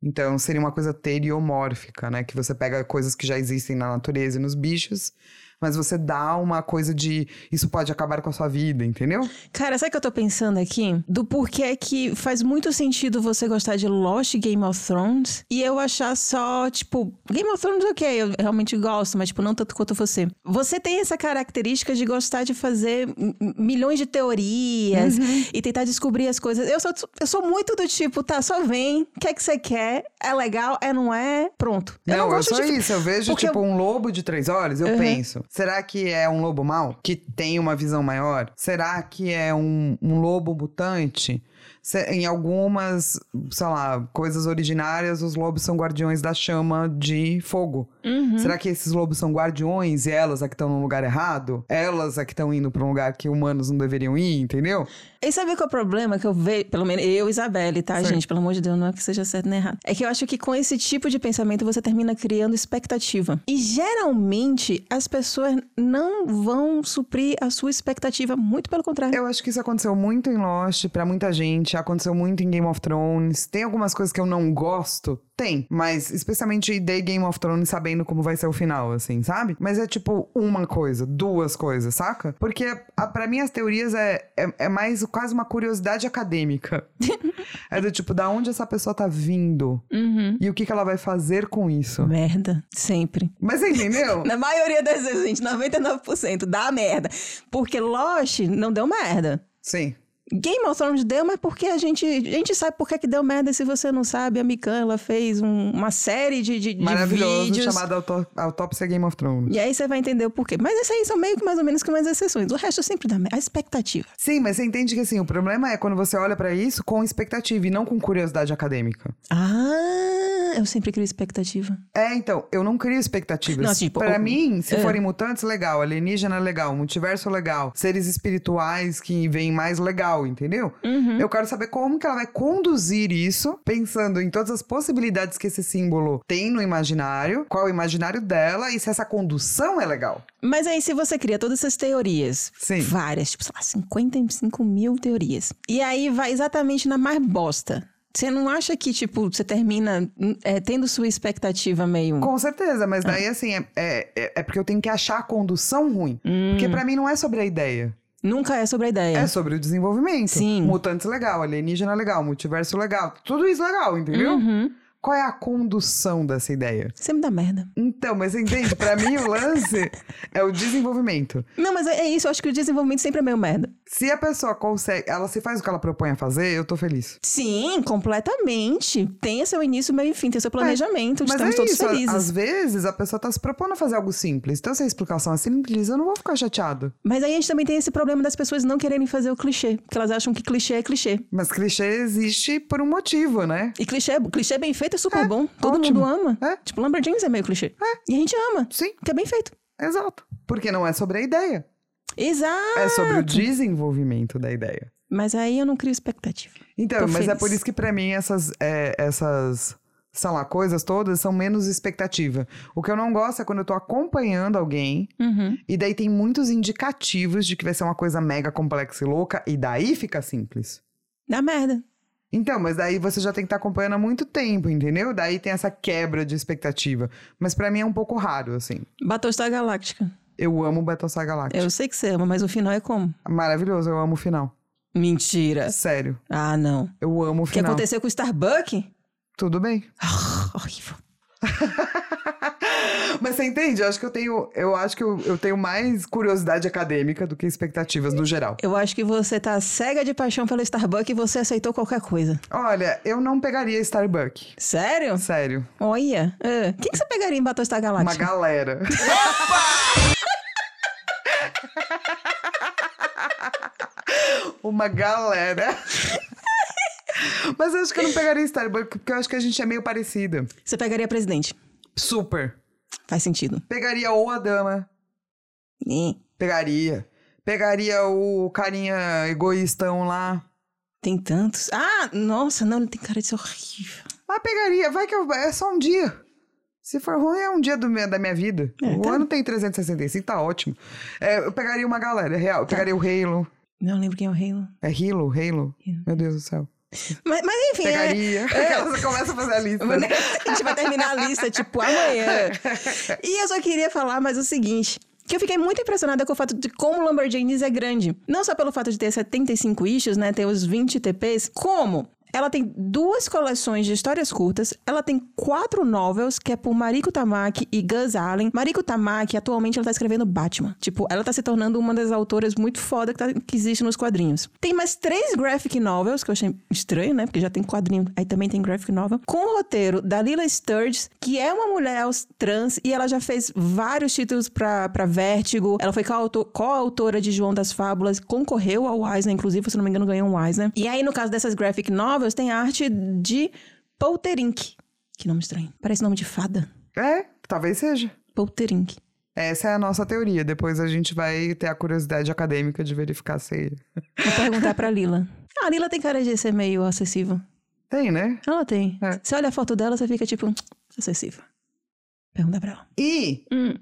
Speaker 1: Então seria uma coisa teriomórfica, né? Que você pega coisas que já existem na natureza e nos bichos, mas você dá uma coisa de isso pode acabar com a sua vida, entendeu?
Speaker 2: Cara, sabe o que eu tô pensando aqui? Do porquê é que faz muito sentido você gostar de Lost e Game of Thrones e eu achar só, tipo, Game of Thrones, ok, eu realmente gosto, mas, tipo, não tanto quanto você. Você tem essa característica de gostar de fazer m- m- milhões de teorias e tentar descobrir as coisas. Eu sou, eu sou muito do tipo, tá, só vem, o que é que você quer, é legal, é, não é, pronto.
Speaker 1: Não, eu,
Speaker 2: gosto
Speaker 1: sou
Speaker 2: de.
Speaker 1: isso. Eu vejo,
Speaker 2: porque
Speaker 1: tipo, um lobo de três olhos, eu penso. Será que é um lobo mau? Que tem uma visão maior? Será que é um, um lobo mutante? Se- em algumas, sei lá, coisas originárias, os lobos são guardiões da chama de fogo. Será que esses lobos são guardiões e elas é que estão no lugar errado? Elas é que estão indo pra um lugar que humanos não deveriam ir, entendeu?
Speaker 2: E sabe qual é o problema que eu vejo? Pelo menos eu, Isabelle, tá,
Speaker 1: Sim.
Speaker 2: gente? Pelo amor de Deus, não é que seja certo nem errado. É que eu acho que com esse tipo de pensamento você termina criando expectativa. E geralmente as pessoas não vão suprir a sua expectativa, muito pelo contrário.
Speaker 1: Eu acho que isso aconteceu muito em Lost pra muita gente, aconteceu muito em Game of Thrones. Tem algumas coisas que eu não gosto? Tem, mas especialmente dei Game of Thrones sabendo como vai ser o final, assim, sabe? Mas é tipo uma coisa, duas coisas, saca? Porque a, pra mim as teorias é, é, é mais quase uma curiosidade acadêmica. é do tipo, da onde essa pessoa tá vindo
Speaker 2: Uhum.
Speaker 1: e o que, que ela vai fazer com isso.
Speaker 2: Merda, sempre.
Speaker 1: Mas você entendeu?
Speaker 2: Na maioria das vezes, gente, 99% dá merda. Porque Lost não deu merda.
Speaker 1: Sim.
Speaker 2: Game of Thrones deu, mas porque a gente, a gente sabe por que que deu merda. Se você não sabe, a Mikan, ela fez um- uma série de, de, de
Speaker 1: Maravilhoso,
Speaker 2: vídeos.
Speaker 1: chamado auto- Autópsia Game of Thrones.
Speaker 2: E aí você vai entender o porquê. Mas essas aí são meio que mais ou menos que umas exceções. O resto sempre dá merda. a expectativa.
Speaker 1: Sim, mas você entende que assim, o problema é quando você olha pra isso com expectativa e não com curiosidade acadêmica.
Speaker 2: Ah! Ah, eu sempre crio expectativa.
Speaker 1: É, então, eu não crio expectativas.
Speaker 2: Não, tipo,
Speaker 1: pra
Speaker 2: o-
Speaker 1: mim, se
Speaker 2: é.
Speaker 1: forem mutantes, legal. Alienígena, legal. Multiverso, legal. Seres espirituais que vêm mais, legal, entendeu?
Speaker 2: Uhum.
Speaker 1: Eu quero saber como que ela vai conduzir isso, pensando em todas as possibilidades que esse símbolo tem no imaginário, qual é o imaginário dela e se essa condução é legal.
Speaker 2: Mas aí, se você cria todas essas teorias,
Speaker 1: Sim.
Speaker 2: várias, tipo, sei lá, 55 mil teorias, e aí vai exatamente na mais bosta. Você não acha que, tipo, você termina hum, é, tendo sua expectativa meio.
Speaker 1: Com certeza, mas daí, assim, é, é, é- é porque eu tenho que achar a condução ruim.
Speaker 2: Hum.
Speaker 1: Porque pra mim não é sobre a ideia.
Speaker 2: Nunca é sobre a ideia.
Speaker 1: É sobre o desenvolvimento.
Speaker 2: Sim.
Speaker 1: Mutantes legal, alienígena legal, multiverso legal. Tudo isso legal, entendeu?
Speaker 2: Uhum.
Speaker 1: Qual é a condução dessa ideia?
Speaker 2: Sempre dá merda.
Speaker 1: Então, mas você entende? Pra mim, o lance é o desenvolvimento.
Speaker 2: Não, mas é é isso. Eu acho que o desenvolvimento sempre é meio merda.
Speaker 1: Se a pessoa consegue, ela se faz o que ela propõe a fazer, eu tô feliz.
Speaker 2: Sim, completamente. Tem seu início, meio e fim, tem seu planejamento.
Speaker 1: É, Mas
Speaker 2: Então, estamos
Speaker 1: é
Speaker 2: todos
Speaker 1: isso, a-
Speaker 2: felizes.
Speaker 1: às vezes a pessoa tá se propondo a fazer algo simples. Então, se a explicação é simples, eu não vou ficar chateado.
Speaker 2: Mas aí a gente também tem esse problema das pessoas não quererem fazer o clichê, porque elas acham que clichê é clichê.
Speaker 1: Mas clichê existe por um motivo, né?
Speaker 2: E clichê, é- clichê bem feito é super bom. Todo
Speaker 1: ótimo.
Speaker 2: mundo ama.
Speaker 1: É.
Speaker 2: Tipo, Lamborghini é meio clichê. E a gente ama,
Speaker 1: Sim,
Speaker 2: porque é bem feito.
Speaker 1: exato. Porque não é sobre a ideia,
Speaker 2: Exato.
Speaker 1: é sobre o desenvolvimento da ideia.
Speaker 2: Mas aí eu não crio expectativa.
Speaker 1: Então,
Speaker 2: Tô
Speaker 1: mas é
Speaker 2: feliz.
Speaker 1: por isso que pra mim essas, é, essas, sei lá, coisas todas são menos expectativa. O que eu não gosto é quando eu tô acompanhando alguém
Speaker 2: Uhum.
Speaker 1: e daí tem muitos indicativos de que vai ser uma coisa mega complexa e louca e daí fica simples.
Speaker 2: Dá merda.
Speaker 1: Então, mas daí você já tem que estar acompanhando há muito tempo, entendeu? Daí tem essa quebra de expectativa. Mas pra mim é um pouco raro, assim.
Speaker 2: Battlestar Galáctica.
Speaker 1: Eu amo Battlestar Galactica.
Speaker 2: Eu sei que você ama, mas o final é como?
Speaker 1: Maravilhoso, eu amo o final.
Speaker 2: Mentira.
Speaker 1: Sério,
Speaker 2: Ah, não.
Speaker 1: eu amo o
Speaker 2: O que
Speaker 1: final.
Speaker 2: aconteceu com o Starbuck?
Speaker 1: Tudo bem.
Speaker 2: Ah, horrível.
Speaker 1: Mas você entende? Eu acho que eu tenho, eu acho que eu, eu tenho mais curiosidade acadêmica do que expectativas no geral.
Speaker 2: Eu acho que você tá cega de paixão pelo Starbuck e você aceitou qualquer coisa.
Speaker 1: Olha, eu não pegaria Starbucks.
Speaker 2: Sério?
Speaker 1: Sério.
Speaker 2: Olha. ah, Quem que você pegaria em Battlestar
Speaker 1: Uma
Speaker 2: Galáctica?
Speaker 1: galera. Uma galera. Mas eu acho que eu não pegaria Starbucks, porque eu acho que a gente é meio parecida.
Speaker 2: Você pegaria presidente.
Speaker 1: Super.
Speaker 2: Faz sentido.
Speaker 1: Pegaria ou a dama.
Speaker 2: Ih,
Speaker 1: Pegaria. Pegaria o carinha egoístão lá.
Speaker 2: Tem tantos. Ah, nossa, não, ele tem cara de ser horrível.
Speaker 1: Ah, pegaria. Vai que eu- é só um dia. Se for ruim, é um dia do meu- da minha vida.
Speaker 2: É,
Speaker 1: o
Speaker 2: tá.
Speaker 1: ano tem 365, tá ótimo. É, eu pegaria uma galera, é
Speaker 2: Tá.
Speaker 1: real. Eu pegaria o Halo.
Speaker 2: Não lembro quem é o Halo.
Speaker 1: É Halo? Halo? Meu Deus do céu.
Speaker 2: Mas, mas enfim, é.
Speaker 1: Pegaria. Aquelas que começam a fazer a lista.
Speaker 2: Mas, né, A gente vai terminar a lista, tipo, amanhã. E eu só queria falar mais o seguinte. Que eu fiquei muito impressionada com o fato de como o Lamborghinis é grande. Não só pelo fato de ter 75 issues, né? Ter os 20 TPs. Como? Ela tem duas coleções de histórias curtas. Ela tem quatro novels, que é por Mariko Tamaki e Gus Allen. Mariko Tamaki, atualmente, ela tá escrevendo Batman. Tipo, ela tá se tornando uma das autoras muito foda que, tá- que existe nos quadrinhos. Tem mais três graphic novels, que eu achei estranho, né? Porque já tem quadrinho, aí também tem graphic novel. Com o roteiro da Lila Sturges, que é uma mulher aus- trans, e ela já fez vários títulos pra, pra Vértigo. Ela foi coauto- coautora de João das Fábulas, concorreu ao Eisner, inclusive, se não me engano, ganhou um Eisner. E aí, no caso dessas graphic novels, tem a arte de Polterink. Que nome estranho. Parece nome de fada.
Speaker 1: É, talvez seja.
Speaker 2: Polterink.
Speaker 1: Essa é a nossa teoria. Depois a gente vai ter a curiosidade acadêmica de verificar se.
Speaker 2: Vou perguntar pra Lila. A Lila tem cara de ser meio acessível.
Speaker 1: Tem, né?
Speaker 2: Ela tem.
Speaker 1: É.
Speaker 2: Você olha a foto dela, você fica tipo, acessível. Pergunta pra ela.
Speaker 1: E
Speaker 2: Hum.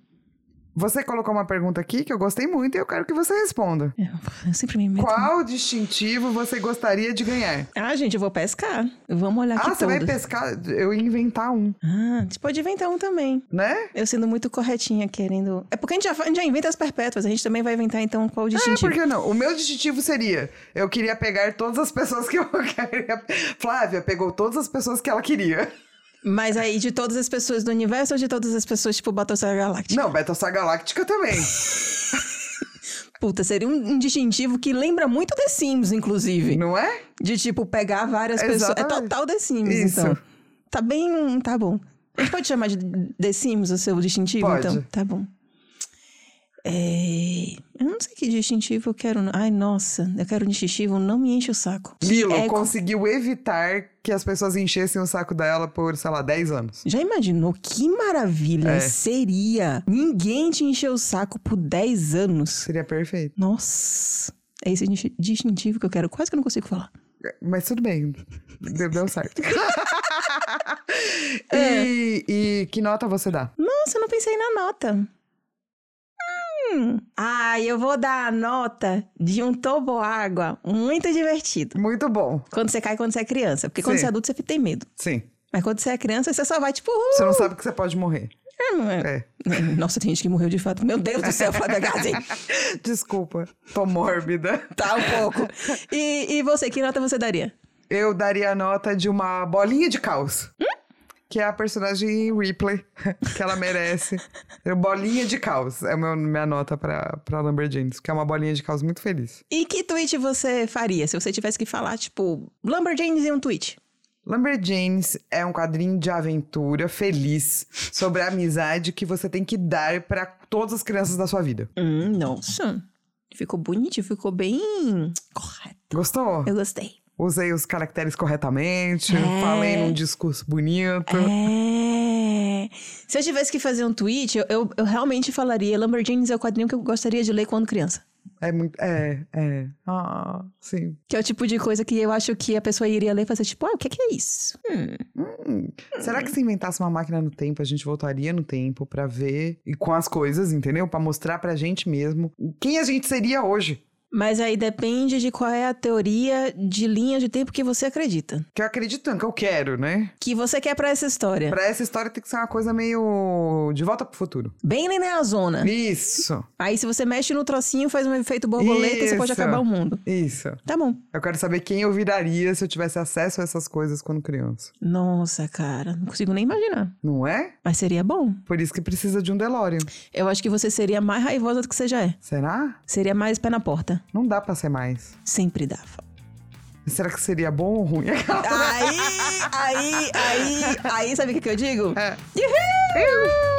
Speaker 1: você colocou uma pergunta aqui que eu gostei muito e eu quero que você responda.
Speaker 2: É, Eu, eu sempre me meto.
Speaker 1: Qual distintivo você gostaria de ganhar?
Speaker 2: Ah, gente, eu vou pescar. Vamos olhar aqui
Speaker 1: Ah, você vai
Speaker 2: todas.
Speaker 1: pescar? Eu ia inventar um,
Speaker 2: Ah, a gente pode inventar um também.
Speaker 1: né?
Speaker 2: Eu sendo muito corretinha, querendo... É porque a gente já, fa- a gente já inventa as perpétuas. A gente também vai inventar, então, qual o
Speaker 1: É,
Speaker 2: distintivo.
Speaker 1: por que não? O meu distintivo seria: eu queria pegar todas as pessoas que eu queria. Flávia pegou todas as pessoas que ela queria.
Speaker 2: Mas aí, de todas as pessoas do universo ou de todas as pessoas, tipo, Battlestar Galáctica?
Speaker 1: Não, Battlestar Galáctica também.
Speaker 2: Puta, seria um, um distintivo que lembra muito The Sims, inclusive.
Speaker 1: não é?
Speaker 2: De, tipo, pegar várias pessoas. É
Speaker 1: Exatamente.
Speaker 2: total The Sims,
Speaker 1: Isso.
Speaker 2: então. Tá bem. Tá bom. A gente pode chamar de The Sims o seu distintivo,
Speaker 1: Pode.
Speaker 2: então? Tá bom. É... Eu não sei que distintivo eu quero. não. Ai, nossa, eu quero um distintivo, não me enche o saco.
Speaker 1: Lilo
Speaker 2: É,
Speaker 1: conseguiu evitar que as pessoas enchessem o saco dela por, sei lá, 10 anos.
Speaker 2: Já imaginou que maravilha
Speaker 1: É.
Speaker 2: seria ninguém te encher o saco por 10 anos?
Speaker 1: Seria perfeito.
Speaker 2: Nossa, é esse dis- distintivo que eu quero, quase que eu não consigo falar.
Speaker 1: Mas tudo bem. Deu, deu certo.
Speaker 2: É.
Speaker 1: E, e que nota você dá?
Speaker 2: Nossa, eu não pensei na nota. Hum. Ah, eu vou dar a nota de um tobo água muito divertido.
Speaker 1: Muito bom.
Speaker 2: Quando você cai quando você é criança. Porque quando
Speaker 1: Sim.
Speaker 2: você é adulto, você tem medo.
Speaker 1: Sim.
Speaker 2: Mas quando você é criança, você só vai tipo.
Speaker 1: Você não sabe que você pode morrer.
Speaker 2: "Ah, não é."
Speaker 1: É.
Speaker 2: Nossa, tem gente que morreu de fato. Meu Deus do céu, Flávia Garden.
Speaker 1: Desculpa. Tô mórbida.
Speaker 2: Tá um pouco. E, e você, que nota você daria?
Speaker 1: Eu daria a nota de uma bolinha de caos. Que é a personagem Ripley, que ela merece. Eu, bolinha de caos. É o meu- minha nota pra, pra Lamborghinis, que é uma bolinha de caos muito feliz.
Speaker 2: E que tweet você faria se você tivesse que falar, tipo, Lumberjanes e um tweet?
Speaker 1: Lumberjanes é um quadrinho de aventura feliz sobre a amizade que você tem que dar pra todas as crianças da sua vida.
Speaker 2: Hum, nossa. Ficou bonitinho, ficou bem correto.
Speaker 1: Gostou?
Speaker 2: Eu gostei.
Speaker 1: Usei os caracteres corretamente,
Speaker 2: É.
Speaker 1: falei num discurso bonito.
Speaker 2: É. Se eu tivesse que fazer um tweet, eu, eu, eu realmente falaria Lumberjanes é o quadrinho que eu gostaria de ler quando criança.
Speaker 1: É muito. É, é. Ah, sim.
Speaker 2: Que é o tipo de coisa que eu acho que a pessoa iria ler e fazer, tipo, ah, o que é, que é isso? Hum.
Speaker 1: Hum. Será que se inventasse uma máquina no tempo, a gente voltaria no tempo pra ver e com as coisas, entendeu? Pra mostrar pra gente mesmo quem a gente seria hoje.
Speaker 2: Mas aí depende de qual é a teoria de linha de tempo que você acredita.
Speaker 1: Que eu acredito no que eu quero, né?
Speaker 2: Que você quer pra essa história.
Speaker 1: Pra essa história tem que ser uma coisa meio de volta pro futuro.
Speaker 2: Bem linear zona.
Speaker 1: Isso,
Speaker 2: Aí se você mexe no trocinho, faz um efeito borboleta e você pode
Speaker 1: Isso.
Speaker 2: acabar o mundo.
Speaker 1: isso.
Speaker 2: Tá bom.
Speaker 1: Eu quero saber quem eu viraria se eu tivesse acesso a essas coisas quando criança.
Speaker 2: Nossa, cara, não consigo nem imaginar.
Speaker 1: Não é?
Speaker 2: Mas seria bom.
Speaker 1: Por isso que precisa de um DeLorean.
Speaker 2: Eu acho que você seria mais raivosa do que você já é.
Speaker 1: Será?
Speaker 2: Seria mais pé na porta.
Speaker 1: Não dá pra ser mais.
Speaker 2: Sempre dava.
Speaker 1: Será que seria bom ou ruim?
Speaker 2: Aí, aí, aí, aí, sabe o que, que eu digo?
Speaker 1: É.
Speaker 2: Uhul!